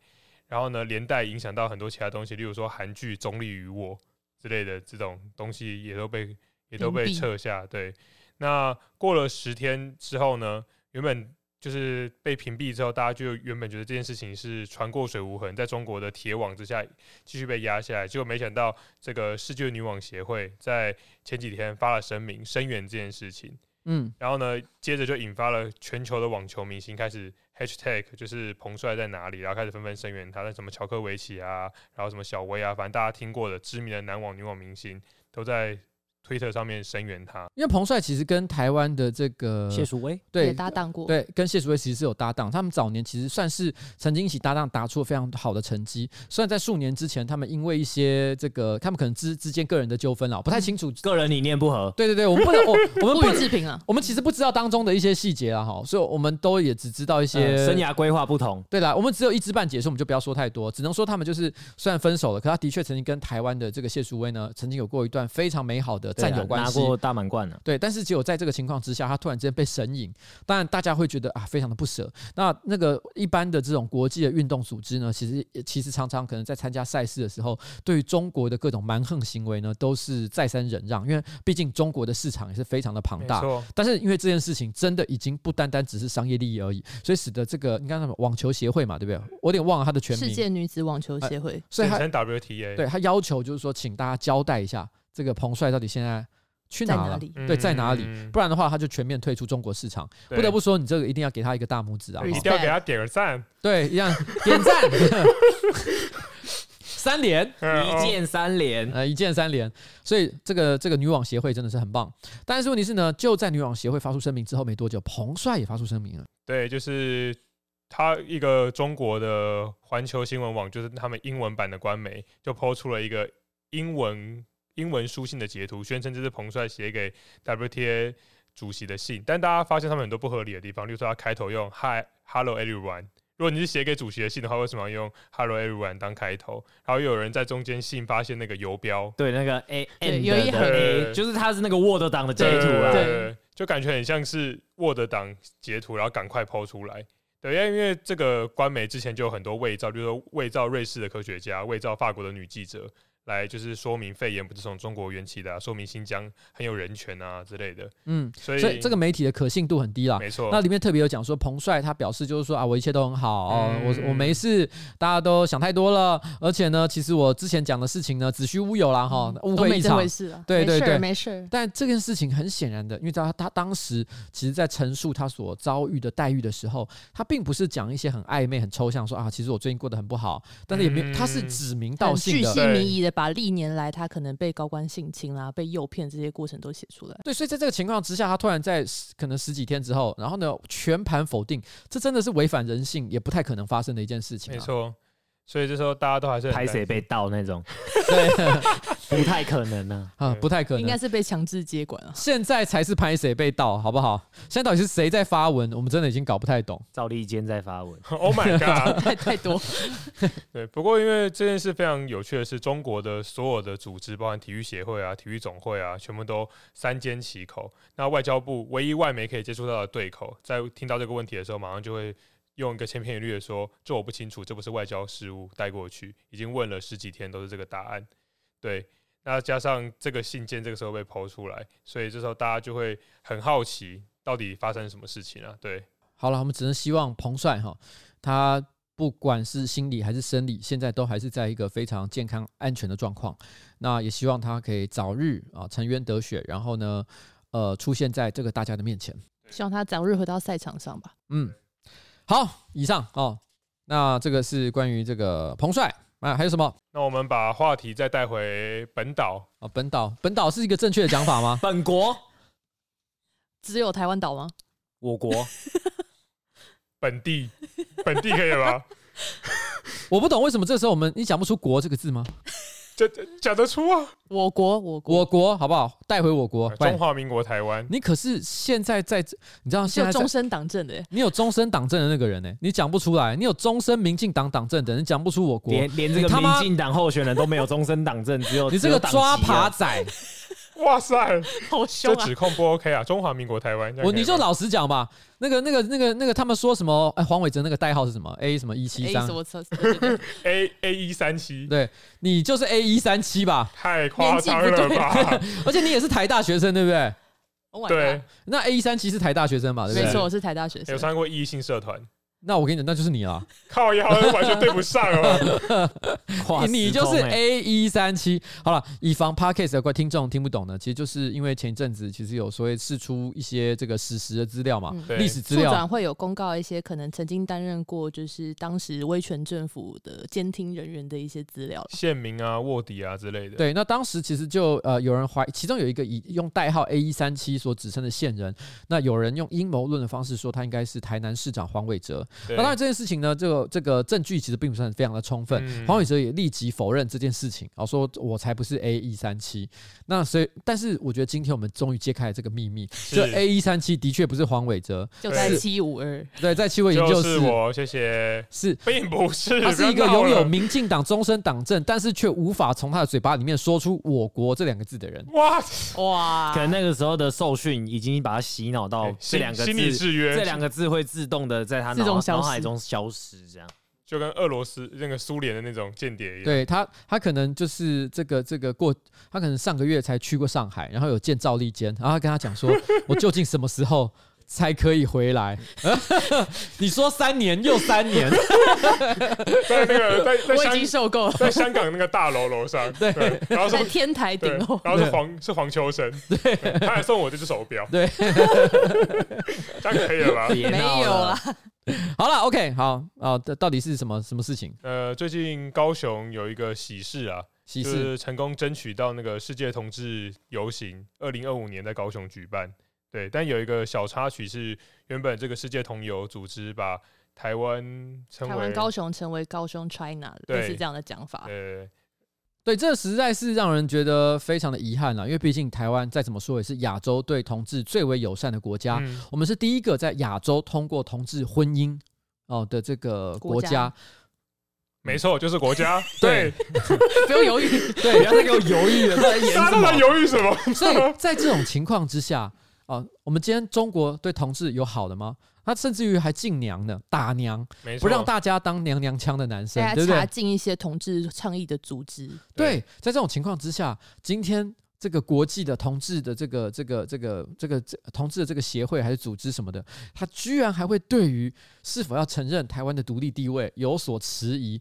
C: 然后呢，连带影响到很多其他东西，例如说韩剧《中立于我》之类的这种东西也都被也都被
D: 屏蔽
C: 撤下。对，那过了十天之后呢，原本就是被屏蔽之后，大家就原本觉得这件事情是船过水无痕，在中国的铁网之下继续被压下来。结果没想到，这个世界女网协会在前几天发了声明，声援这件事情。
A: 嗯，
C: 然后呢，接着就引发了全球的网球明星开始 hashtag 就是彭帅在哪里，然后开始纷纷声援他，在什么乔科维奇啊，然后什么小威啊，反正大家听过的知名的男网、女网明星都在推特上面声援他。
A: 因为彭帅其实跟台湾的这
C: 嗯
A: 个
B: 谢淑薇，
A: 对
D: 也搭档过，
A: 对，跟谢淑薇其实是有搭档，他们早年其实算是曾经一起搭档，打出了非常好的成绩。虽然在数年之前，他们因为一些这个，他们可能之之间个人的纠纷了，不太清楚。
B: 个人理念不合，
A: 对对对，我们不能，我我们
D: 不
A: 不
D: 予
A: 能，
D: 置评啊。
A: 我们其实不知道当中的一些细节啊，哈，所以我们都也只知道一些、
B: 呃生涯规划不同，
A: 对啦，我们只有一知半解，所以我们就不要说太多，只能说他们就是虽然分手了，可他的确曾经跟台湾的这个谢淑薇呢，曾经有过一段非常美好的
B: 对啊
A: 战友关
B: 拿
A: 系。
B: 过大满贯呢。
A: 对，但是只有在这个情况之下，他突然之间被神隐，当然大家会觉得啊，非常的不舍。那那个一般的这种国际的运动组织呢，其实其实常常可能在参加赛事的时候，对于中国的各种蛮横行为呢，都是再三忍让，因为毕竟中国的市场也是非常的庞
C: 没
A: 大。
C: 错，
A: 但是因为这件事情真的已经不单单只是商业利益而已，所以使得这个应该什么网球协会嘛，对不对？我有点忘了他的全哎
D: 世
A: 名，
D: 界女子网球协会，
A: 所以
C: 简
A: 他
C: 称 WTA。
A: 对他要求就是说，请大家交代一下这个彭帅到底现在去
D: 在
A: 哪
D: 哪
A: 了。
D: 里？
C: 嗯
A: 对在哪里
C: 嗯
A: 不然的话，他就全面退出中国市场。
C: 对
A: 不得不说，你这个一定要给他一个大拇指啊！
C: 一
D: Respect
A: 好
C: 定要给他点个赞，
A: 对， 一样点赞，三 连，
B: 一
C: 嗯
B: 键三连，
A: 呃，一键三连。所以这个这个女网协会真的是很棒。但是问题是呢，就在女网协会发出声明之后没多久，彭帅也发出声明了。
C: 对，就是他一个中国的环球新闻网，就是他们英文版的官媒，就抛出了一个英文英文书信的截图，宣称这是彭帅写给 WTA 主席的信。但大家发现他们很多不合理的地方，例如说他开头用 Hi Hello Everyone。如果你是写给主席的信的话，为什么要用 “Hello Everyone” 当开头？然后又有人在中间信发现那个游标，
B: 对，那个 A
D: 对
B: N
D: 有一
B: 的
D: 行
B: A，就是它是那个 Word 档的截图啊。
C: 对
D: 对
C: 就感觉很像是 Word 档截图，然后赶快抛出来。对，因为因为这个官媒之前就有很多伪造，比如说伪造瑞士的科学家、伪造法国的女记者，来就是说明肺炎不是从中国源起的、啊，说明新疆很有人权啊之类的。
A: 嗯，
C: 所以
A: 所以这个媒体的可信度很低啦。
C: 没错，
A: 那里面特别有讲说，彭帅他表示就是说啊，我一切都很好，哦
C: 嗯
A: 我我没事，大家都想太多了。而且呢，其实我之前讲的事情呢，子虚乌有啦哈，误
D: 嗯都
A: 会
D: 没
A: 一
D: 这
A: 场
D: 回。事啊，
A: 对对对
D: 没事儿，没事儿。
A: 但这件事情很显然的，因为他他当时其实，在陈述他所遭遇的待遇的时候，他并不是讲一些很暧昧、很抽象，说啊，其实我最近过得很不好，但是也没有，
C: 嗯
A: 他是指名
D: 很
A: 道姓
D: 巨
A: 的。
D: 细靡遗的把历年来他可能被高官性侵啦、被诱骗这些过程都写出来。
A: 对，所以在这个情况之下，他突然在十可能十几天之后，然后呢全盘否定，这真的是违反人性，也不太可能发生的一件事情、啊。
C: 没，错。所以这时候大家都还是很
B: 拍
C: 担
B: 谁被盗那种，
A: 对
B: 不太可能啊。
A: 啊，不太可
D: 应该
A: 能。
D: 是被强制接管啊。
A: 现在才是拍谁被盗，好不好？现在到底是谁在发文，我们真的已经搞不太懂。
B: 赵立坚在发文，？
C: Oh my god！
D: 太太多，
C: 对，不过因为这件事非常有趣的是，中国的所有的组织，包含体育协会啊、体育总会啊，全部都三缄其口。那外交部唯一外媒可以接触到的对口，在听到这个问题的时候，马上就会用一个千篇一律的说：“这我不清楚，这不是外交事务，带过去。”已经问了十几天都是这个答案。对，那加上这个信件这个时候被抛出来，所以这时候大家就会很好奇，到底发生什么事情啊？对，
A: 好了，我们只能希望彭帅哈，他不管是心理还是生理，现在都还是在一个非常健康、安全的状况。那也希望他可以早日啊沉冤得雪，然后呢，呃，出现在这个大家的面前。
D: 希望他早日回到赛场上吧。
A: 嗯，好，以上哦，那这个是关于这个彭帅啊，还有什么
C: 那我们把话题再带回本岛。
A: 啊？本岛，本岛是一个正确的讲法吗
B: 本国，
D: 只有台湾岛吗？
B: 我国，
C: 本地， 本地可以吗？
A: 我不懂为什么这时候我们你讲不出“国”这个字吗？
C: 这这讲得出啊！呃
D: 我国，我国，
A: 我国哦好不好？带回我
B: 哎
A: 国，
C: 中华民国台湾，
A: 你可是现在在这，你知道
D: 只
A: 现
D: 有
A: 在在
D: 终身党政的耶，
A: 你有终身党政的那个人呢、你讲不出来；你有终身民进党党政的，你讲不出我国。
B: 连连这
A: 你
B: 个
A: 他
B: 民
A: 妈
B: 进党候选人都没有终身党证，只有啊
A: 你这个抓，
B: 只有党
A: 耙
B: 籍啊
A: 仔，
C: 哇塞，
D: 好凶
C: 这
D: 啊！
C: 指控不 OK 啊！中华民国台湾，这样
A: 我
C: 可
A: 哦
C: 以
A: 你就
C: 吗
A: 老实讲吧，那个、那个、那个、那个，他们说什么？哎，黄伟哲那个代号是什么？A 哎什么一七
D: A
A: 三
D: 什？么测？对 对对
C: A A 一三七，
A: 对，你就是 A 一三七吧？
C: 太夸张了吧？
A: 而且你也是台大学生，对不对？
D: Oh my
C: 对
D: god，，
A: 那 A 一三七是台大学生嘛？对不
D: 没
A: 对？
D: 错，我是台大学
C: 有
D: 生。
C: 参加过异性社团，
A: 那我跟你讲，那就是你啦，
C: 靠腰完全对不上 哦。
B: 跨
A: 你
B: 时
A: 就
B: 空
A: 是
B: 欸
A: A 一三七。好了，以防 Podcast 的观听众听不懂呢，其实就是因为前一阵子其实有所谓释出一些这个实时的资料嘛，
D: 嗯
C: 对
A: 历史资
D: 处
A: 料。
D: 长会有公告一些可能曾经担任过就是当时威权政府的监听人员的一些资料了。
C: 县民啊、卧底啊之类的，
A: 对，那当时其实就呃有人怀，其中有一个以用代号 A 一三七所指称的线人，那有人用阴谋论的方式说他应该是台南市长黄伟哲。
C: 对
A: 哦那当然这件事情呢，这个这个证据其实并不算非常的充分，
C: 嗯
A: 黄伟哲也立即否认这件事情，然后说我才不是 A 一三七。那所以，但是我觉得今天我们终于揭开了这个秘密，
C: 是
A: 这 A 一三七的确不是黄伟哲，
D: 就在
C: 对
D: 七五二，
A: 对，在七位营
C: 就
A: 救
C: 是
A: 是
C: 我，谢谢，
A: 是。
C: 并不是，
A: 他是一
C: 不
A: 个
C: 要闹
A: 拥有
C: 了
A: 民进党终身党政，但是却无法从他的嘴巴里面说出“我国”这两个字的人。
C: 哇，
D: 哇
B: 可能那个时候的受训已经把他洗脑
A: 哦
B: 到这
C: 哎心
B: 两个
C: 心理
B: 字，
C: 制约，
B: 这两个字会自动的在他
D: 自动
B: 脑
D: 消
B: 脑海
D: 失
B: 中消失，这样。
C: 就跟俄罗斯那个苏联的那种间谍一样。
A: 对他，他可能就是这个这个过，他可能上个月才去过上海，然后有见赵立坚，然后他跟他讲 说，我究竟什么时候才可以回来？ 你说三年又三年，
C: 在那个在在
D: 我已
C: 香
D: 经受 够了，
C: 在香港那个大楼楼上，
A: 对
C: 对，然后
D: 在
C: 说。
D: 天台
C: 对
D: 顶哦后，，
C: 然后是黄是黄秋 生，对，他还送我这只手表，
A: 对，
C: 这样可以了 吧？
B: 别
D: 没
B: 闹
D: 有
B: 了
D: 啦，，
A: 好了，OK，好啊，这到底是什么什么事情？
C: 呃，最近高雄有一个喜事啊，
A: 喜
C: 就
A: 事
C: 是成功争取到那个世界同志游行，二零二五年在高雄举办。对，但有一个小插曲是，原本这个世界同游组织把台湾称
D: 台
C: 为
D: 湾高雄啊成为高雄 China，
C: 对
D: 类似这样的讲法。
C: 呃
A: 对，这实在是让人觉得非常的遗憾啊了，因为毕竟台湾再怎么说也是亚洲对同志最为友善的国家，
C: 嗯
A: 我们是第一个在亚洲通过同志婚姻哦的这个国
D: 国家
A: 家，
C: 没错，就是国家
A: 对
C: 对，
A: 不用 犹豫，对，不要再给我犹豫了，在演
C: 大家都在犹豫什么？
A: 所以 在这种情况之下，啊、我们今天中国对同志有好的吗？他甚至于还禁娘呢，打娘，
C: 没错，
A: 不让大家当娘娘腔的男生
D: 现，在
A: 对不
D: 查
A: 对？
D: 禁一些同志倡议的组织，
A: 对，在这种情况之下，今天这个国际的同志的这个这个这个这个这同志的这个协会还是组织什么的，他居然还会对于是否要承认台湾的独立地位有所迟疑，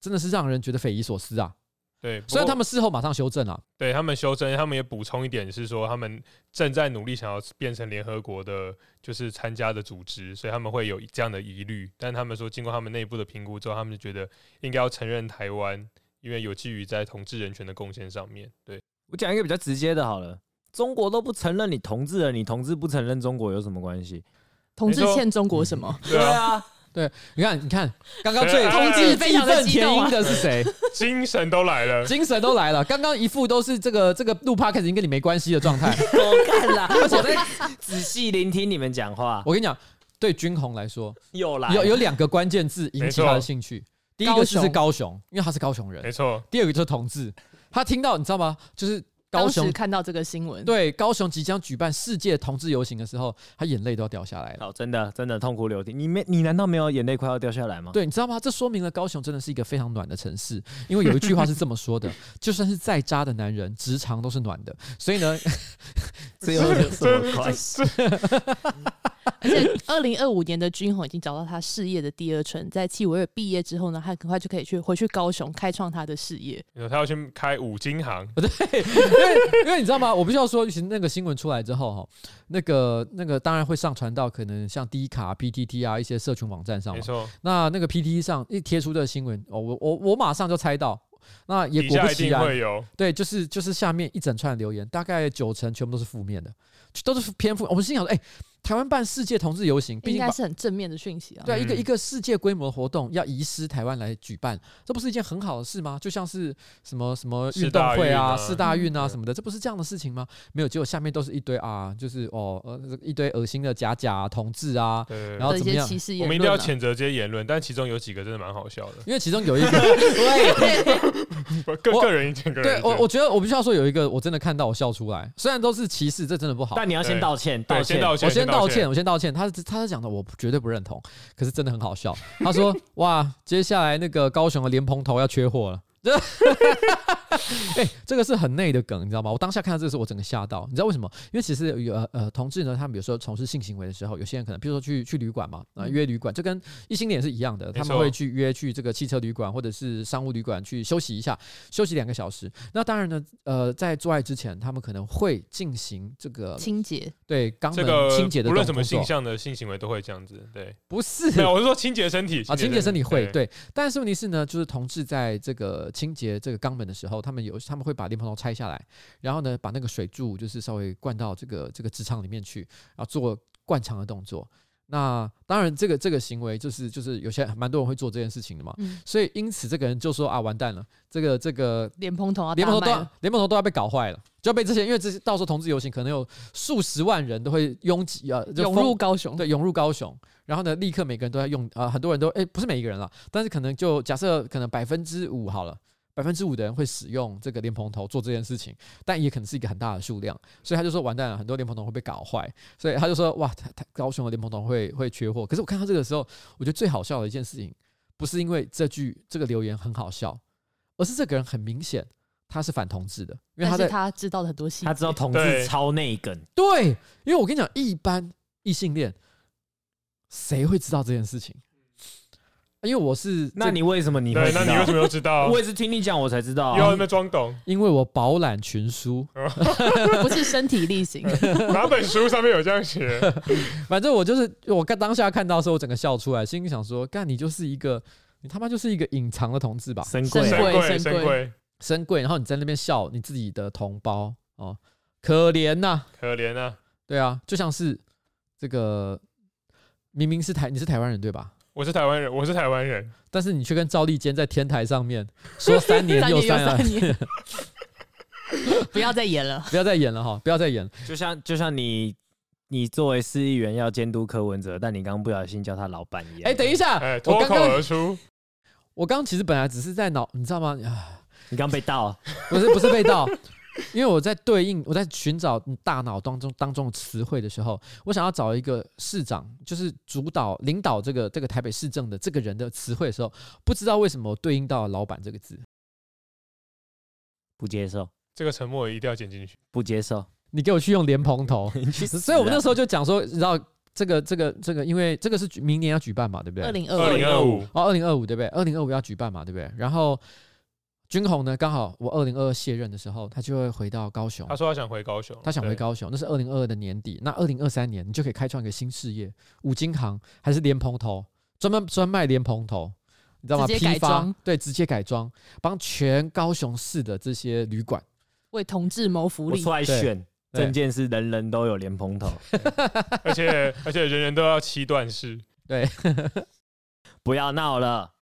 A: 真的是让人觉得匪夷所思啊！
C: 对，不
A: 虽然
C: 过
A: 他们事后马上修正了、
C: 对他们修正，他们也补充一点是说，他们正在努力想要变成联合国的，就是参加的组织，所以他们会有这样的疑虑。但他们说，经过他们内部的评估之后，他们就觉得应该要承认台湾，因为有基于在同志人权的贡献上面。 对，
B: 我讲一个比较直接的好了，中国都不承认你同志了，你同志不承认中国有什么关 系？
D: 同志
C: 没错
D: 欠中国什么？
C: 对啊，
A: 你看，你看，刚刚最
C: 同志
A: 最
D: 非常
A: 义
D: 的
A: 愤
D: 激
A: 填
D: 动啊
A: 膺的是谁？
C: 精神都来了。
A: 精神都来了，刚刚一副都是这个这个录 podcast 已经跟你没关系的状态。
B: 我干啦， 我在仔细聆听你们讲话，
A: 我跟你讲，对军红来说，
B: 又来
A: 有有两个关键字引
C: 没
A: 起
C: 错
A: 他的兴趣，第一个就是
D: 高雄
A: 高雄，因为他是高雄人
C: 没；错，
A: 第二个就是同志，他听到你知道吗？就是高
D: 当时
A: 雄
D: 看到这个新闻，
A: 对高雄即将举办世界同志游行的时候，他眼泪都要掉下来了。
C: 哦
B: 好，真的真的痛哭流涕，你没你难道没有眼泪快要掉下来吗？
A: 对，你知道吗？这说明了高雄真的是一个非常暖的城市，因为有一句话是这么说的：就算是再渣的男人，直肠都是暖的。所以 呢，
B: 这又有什么关系？
D: 而且 二零二五年的军宏已经找到他事业的第二春，在七五二毕业之后呢，他很快就可以去回去高雄开创他的事业。
C: 你说他要去开五金行，
A: 因为你知道吗？我必须要说，其实那个新闻出来之后，哈，那个那个当然会上传到可能像 D 卡、PTT 啊一些社群网站上
C: 没
A: 嘛。
C: 错，
A: 那那个 PTT 上一贴出这个新闻，哦，我我我马上就猜到，那也
C: 底
A: 果
C: 下
A: 不
C: 一
A: 其
C: 定
A: 然，
C: 会有。
A: 对，就是就是下面一整串留言，大概九成全部都是负面的，都是偏负。我们心想说，哎、台湾办世界同志游行，毕
D: 应
A: 竟把
D: 该是很正面的讯息啊。
A: 对啊，一个
C: 嗯
A: 一个世界规模活动要移师台湾来举办，这不是一件很好的事吗？就像是什么什么运
C: 世
A: 动
C: 大
A: 会
C: 运
A: 啊、
C: 啊
A: 四大运啊
C: 嗯
A: 什么的，这不是这样的事情吗？没有，结果下面都是一堆啊，就是哦呃一堆恶心的假假啊同志啊，
C: 对
A: 然后
D: 的一
A: 怎么
D: 些
A: 样
D: 歧视
C: 我
D: 言
C: 们一
D: 论、啊，
C: 定要谴责这些言论，但其中有几个真的蛮好笑的。
A: 因为其中有一个 对。
C: 不个
A: 嗯我
C: 个人意见，个人
A: 对
C: 意
A: 我，
C: 见
A: 我觉得我必须要说有一个，我真的看到我笑出来。虽然都是歧视，这真的不好。
B: 但你要先
C: 对
B: 道歉，
C: 对
B: 道
C: 先
B: 歉，
C: 道
A: 我
C: 歉，
A: 先道
C: 道
A: 歉，。我先道歉。他他是讲的，我绝对不认同，可是真的很好笑。他说：“ 哇，接下来那个高雄的莲蓬头要缺货了。” 哎、这个是很内的梗，你知道吗？我当下看到这个时候，我整个吓到。你知道为什么？因为其实有呃呃，同志呢，他们有时候从事性行为的时候，有些人可能，比如说去去旅馆嘛，啊、
D: 嗯
A: 约旅馆，这跟异性恋也是一样的，他们
C: 错
A: 会去约去这个汽车旅馆或者是商务旅馆去休息一下，休息两个小时。那当然呢，呃，在做爱之前，他们可能会进行这个
D: 清洁，
A: 对肛
C: 这
A: 门
C: 个
A: 清洁的
C: 无
A: 动
C: 论
A: 作
C: 什么性向的性行为都会这样子，对，
A: 不是
C: 没有，我是说清洁身体
A: 啊，清洁身体会
C: 对
A: 对，但是问题是呢，就是同志在这个清洁这个肛门的时候，他们有他们会把莲蓬头拆下来，然后呢把那个水柱就是稍微灌到这个这个直肠里面去，然后做灌肠的动作。那当然，这个这个行为就是就是有些蛮多人会做这件事情的嘛，
D: 嗯，
A: 所以因此这个人就说啊，完蛋了，这个这个
D: 莲蓬头啊，
A: 联盟头
D: 大
A: 都
D: 卖
A: 要
D: 啊
A: 联盟头都要被搞坏了，就要被这些因为这些到时候同志游行可能有数十万人都会拥挤呃就
D: 涌
A: 疯
D: 入高雄，
A: 对，涌入高雄。然后呢，立刻每个人都在用，呃，很多人都，哎，不是每一个人啦，但是可能就假设可能百分之五好了，百分之五的人会使用这个莲蓬头做这件事情，但也可能是一个很大的数量，所以他就说完蛋了，很多莲蓬头会被搞坏，所以他就说哇，他他高雄的莲蓬头会会缺货。可是我看到这个时候，我觉得最好笑的一件事情，不是因为这句这个留言很好笑，而是这个人很明显他是反同志的，因为
D: 但
A: 他
D: 是
A: 在
D: 他知道了很多细节，
B: 他知道同
C: 对
B: 志超内梗，
A: 对，因为我跟你讲，一般异性恋谁会知道这件事情？啊因为我是
B: 那
A: 这
B: 你为什么你会
C: 对，
B: 知道？
C: 那你为什么又 知道？
B: 我也是听你讲我才知道
C: 又要在那
B: 啊。
C: 边装懂，
A: 因为我饱览群书，
D: 不是身体力行，
C: 哪本书上面有这样 写？
A: 反正我就是我看当下看到的时候，我整个笑出来，心里想说，干你就是一个你他妈就是一个隐藏的同志吧，
B: 神
D: 神
B: 贵
D: 贵
C: 贵，
D: 神
C: 神
D: 贵
C: 贵，
A: 深贵，然后你在那边笑你自己的同胞哦，可怜呐、
C: 可怜啊！
A: 对啊，就像是这个明明是台你是台湾人对吧？
C: 我是台湾人，我是台湾人，
A: 但是你却跟赵立坚在天台上面说三年又
D: 年又
A: 三啊，
D: 三年，不要再演了。
A: 不要再演了哈，不要再演了。
B: 就像就像你你作为市议员要监督柯文哲，但你刚刚不小心叫他老板一样。
A: 哎、等一下，
C: 哎，
A: 我
C: 脱
A: 刚
C: 口
A: 刚
C: 而出，
A: 我刚其实本来只是在脑，你知道吗？ 啊
B: 你刚被盗，
A: 不是不是被盗，因为我在对应我在寻找大脑当中当中的词汇的时候，我想要找一个市长，就是主导领导这个这个台北市政的这个人的词汇的时候，不知道为什么我对应到了老板这个字。
B: 不接受，
C: 这个沉默一定要剪进去。
B: 不接受。
A: 你给我去用莲蓬 头，
B: 你 去死啊
A: 所以我们那时候就讲说，你知道这个这个这个，因为这个是举明年要举办嘛，对不对？
D: 二零
C: 二
D: 二
C: 零二五，
A: 哦，二零二五对不对？二零二五要举办嘛，对不对？然后军红呢，刚好我二零二二卸任的时候，他就会回到高雄
C: 他。说他想回高雄，
A: 他想回高雄，那是二零二二的年底。那二零二三年，你就可以开创一个新事业，五金行还是莲蓬头，专门专卖莲蓬头，你知道吗？
D: 直接
A: 批
D: 改
A: 发
D: 装
A: 对，直接改装，帮全高雄市的这些旅馆。
D: 为同志谋福
B: 我
D: 利
B: 出，来
A: 对
B: 选，
A: 对
B: 证件是人人都有莲蓬头，
C: 对，而且而且人人都要七段式，
A: 对，
B: 不要闹了。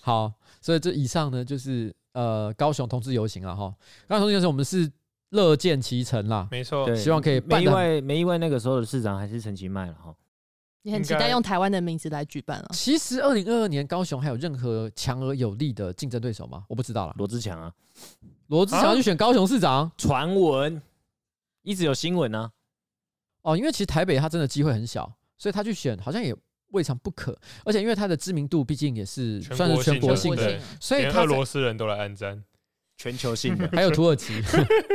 A: 好，所以这以上呢，就是呃高雄同志游行了哈。高雄同志游行，我们是乐见其成啦。
C: 没错
B: 对，，
A: 希望可以办
B: 没意
A: 得
B: 外，没意外，那个时候的市长还是陈其迈了啊哈。
D: 你很期
C: 应
D: 待
C: 该
D: 用台湾的名字来举办了。啊
A: 其实二零二二年高雄还有任何强而有力的竞争对手吗？我不知道了。
B: 罗志强啊，
A: 罗志祥
C: 啊
A: 要去选高雄市长、
B: 传闻一直有新闻啊，
A: 哦，因为其实台北他真的机会很小，所以他去选好像也未尝不可。而且因为他的知名度毕竟也是
C: 全
A: 算是
C: 国
A: 全
C: 性
A: 国
C: 的
A: 性
D: 全
A: 的，
C: 对
D: 国性啊
A: 所以
C: 连
A: 他
C: 俄
A: 在。
C: 罗斯人都来暗赞。
B: 全球性的
A: 还有土耳其。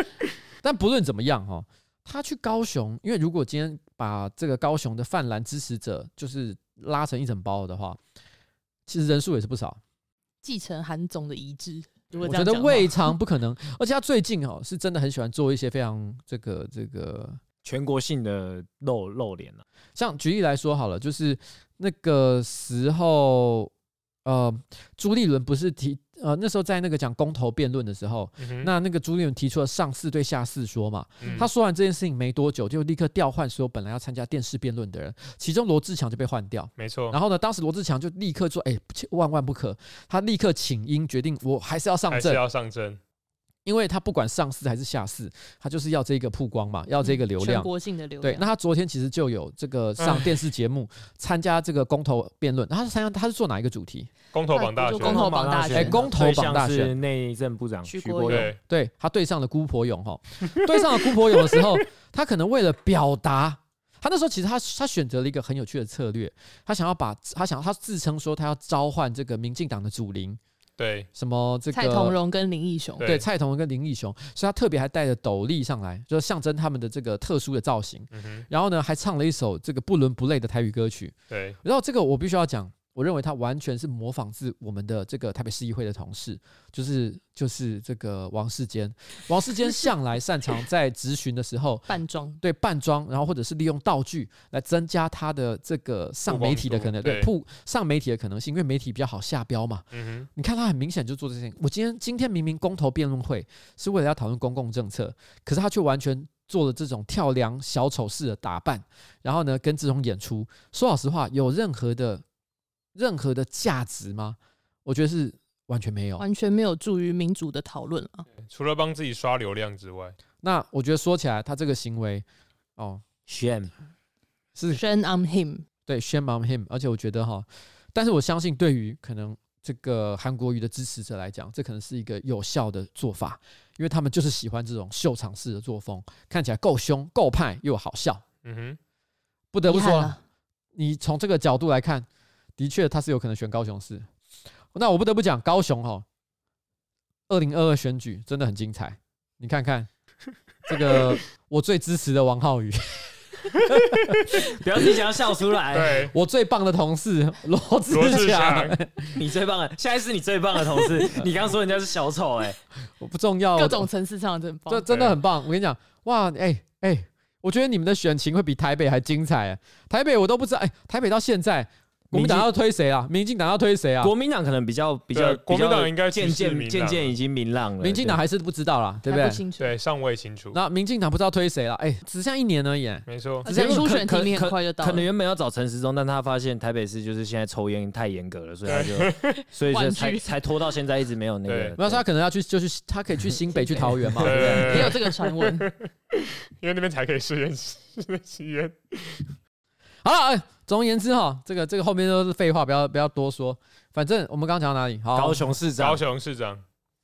A: 但不论怎么样哦，他去高雄，因为如果今天把这个高雄的泛蓝支持者就是拉成一整包的话，其实人数也是不少。
D: 继承韩总的遗志。 如
A: 我
D: 果这
A: 觉
D: 样
A: 得
D: 讲的话
A: 未尝不可能，而且他最近哦是真的很喜欢做一些非常这个这个
B: 全国性的露露脸啊，
A: 像举例来说好了，就是那个时候，呃，朱立伦不是提呃那时候在那个讲公投辩论的时候，
C: 嗯哼
A: 那那个朱立伦提出了上四对下四说嘛，
C: 嗯
A: 他说完这件事情没多久，就立刻调换所有本来要参加电视辩论的人，其中罗志强就被换掉。
C: 没
D: 哦
C: 错，
A: 然后呢，当时罗志强就立刻说：“哎、切万万不可！”他立刻请缨，决定我还是要上
C: 还是
A: 阵，
C: 要上阵，
A: 因为他不管上市还是下市，他就是要这个曝光嘛，要这个流
D: 全
A: 量。
D: 国性的嗯流
A: 对，
D: 量。
A: 那他昨天其实就有这个上电视节目参加这个公投辩论，他是参加他是做哪一个主题？
C: 公投榜大
D: 就
C: 选，
D: 公投榜大选
A: 哎公投榜大选
B: 对象是内政部长
D: 徐
B: 徐
D: 国
B: 国勇，
C: 对，
A: 对他对上了姑婆勇 哈，对上了姑婆勇的时候，他可能为了表达，他那时候其实他他选择了一个很有趣的策略，他想要把他想他自称说他要召唤这个民进党的主灵，
C: 对，
A: 什么这个
D: 蔡同荣跟林义雄，
C: 对
A: 对蔡同荣跟林义雄，所以他特别还带着斗笠上来，就是象征他们的这个特殊的造型。
C: 嗯哼，
A: 然后呢，还唱了一首这个不伦不类的台语歌曲。
C: 对，
A: 然后这个我必须要讲，我认为他完全是模仿自我们的这个台北市议会的同事，就是就是这个王世坚。王世坚向来擅长在质询的时候
D: 扮装
A: 对扮装，然后或者是利用道具来增加他的这个上媒体的可能，
C: 曝光
A: 对
C: 度
A: 铺上媒体的可能性，因为媒体比较好下标嘛。
C: 嗯
A: 你看他很明显就做这件事情。我今天今天明明公投辩论会是为了要讨论公共政策，可是他却完全做了这种跳梁小丑式的打扮，然后呢跟这种演出，说老实话，有任何的任何的价值吗？我觉得是完全没有。
D: 完全没有助于民主的讨论啊！
C: 哼，除了帮自己刷流量之外，
A: 那我觉得说起来，他这个行为，哦，
B: shame，
A: 是
D: s h a m e on him，
A: 对 shame on him，而且我觉得哈，但是我相信对于可能这个韩国瑜的支持者来讲，这可能是一个有效的做法，因为他们就是喜欢这种秀场式的作风，看起来够凶、够派又好笑。
C: 嗯哼，
A: 不得不
D: 遗
A: 说
D: 憾
A: 啊，
D: 了
A: 你从这个角度来看，的确他是有可能选高雄市。那我不得不讲，高雄哈，二零二二选举真的很精彩，你看看这 个我最支持的王浩宇。
B: 不要自己想要笑出
A: 哎
B: 来，
C: 对，
A: 我最棒的同事罗志
C: 罗志
A: 祥
C: 祥，
B: 你最棒的，下一次你最棒的同 事，你刚说人家是小丑，哎，
A: 我不重要，哦
D: 各
A: 我
D: 种层次上的真
A: 这
D: 棒。
A: 真的很棒。我跟你讲，哇，哎、哎、我觉得你们的选情会比台北还精彩、啊台北我都不知道，哎、台北到现在，国民党要推谁啊？民进党要推谁啊？
B: 国民党可能比较比
C: 对
B: 较，
C: 国民党
B: 比较
C: 应该
B: 渐
C: 趋势
B: 渐
C: 明
B: 渐
C: 朗
B: 渐
C: 了
B: 已经明朗了，
A: 民进党
B: 对
A: 还是不知道啦，对不
D: 还
A: 对
D: 不？清楚，
C: 对，尚未清 楚，
A: 那民进党不知道推谁了，哎、只剩一年而已、
C: 没错，
D: 而且初选提名很快就到
B: 可能
D: 了，
B: 原本要找陈时中，但他发现台北市就是现在抽烟太严格了，所以他就所以就
D: 婉拒
B: 才才拖到现在一直没有那
C: 对
B: 个。
A: 没有，他可能要去，就去，他可以去新北、去桃园嘛。
D: 也
C: 对，
D: 有这个 传闻。
C: 因为那边才可以试验吸吸烟，
A: 好了、哎总而言之哈，这个这个后面都是废话，不要不要多说。反正我们刚刚讲到哪里？好，
B: 高雄市
C: 高
B: 长，
C: 雄市长，
A: 啊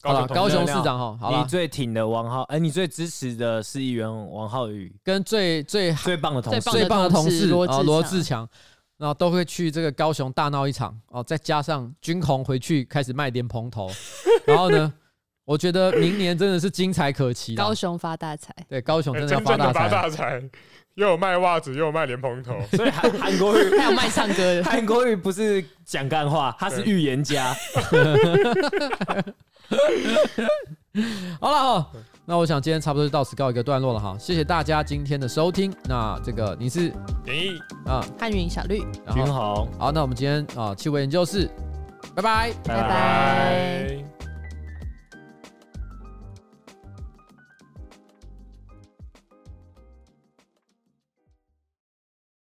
A: 好了，高
C: 同志
A: 雄市长哈，好
B: 你
A: 了，
B: 最挺的王浩，哎，你最支持的市议员王浩宇，
A: 跟最最
B: 最棒的同
D: 最
B: 事
D: 棒的
A: 最棒的同
D: 同事
A: 事
D: 罗
A: 啊
D: 志
A: 罗
D: 强
A: 志强，然后都会去这个高雄大闹一场哦，再加上军红回去开始卖莲蓬头，然后呢，我觉得明年真的是精彩可期啦
D: 高雄发大财，
A: 对高雄
C: 哎
A: 真
C: 真
A: 的要发
C: 正的
A: 大财，
C: 发大财，又有卖袜子，又有卖莲蓬头，
B: 所以韩韩国 瑜
D: 还有卖唱歌的，
B: 韩国瑜不是讲干话，他是预言家。
A: 好了哈。那我想今天差不多就到此告一个段落了哈，谢谢大家今天的收听。那这个你是
C: 林毅，
A: 啊、
D: 汉云小绿，
A: 然
B: 君
A: 后
B: 宏，
A: 好，那我们今天啊、气味研究室，拜拜。
D: 拜拜。
C: 拜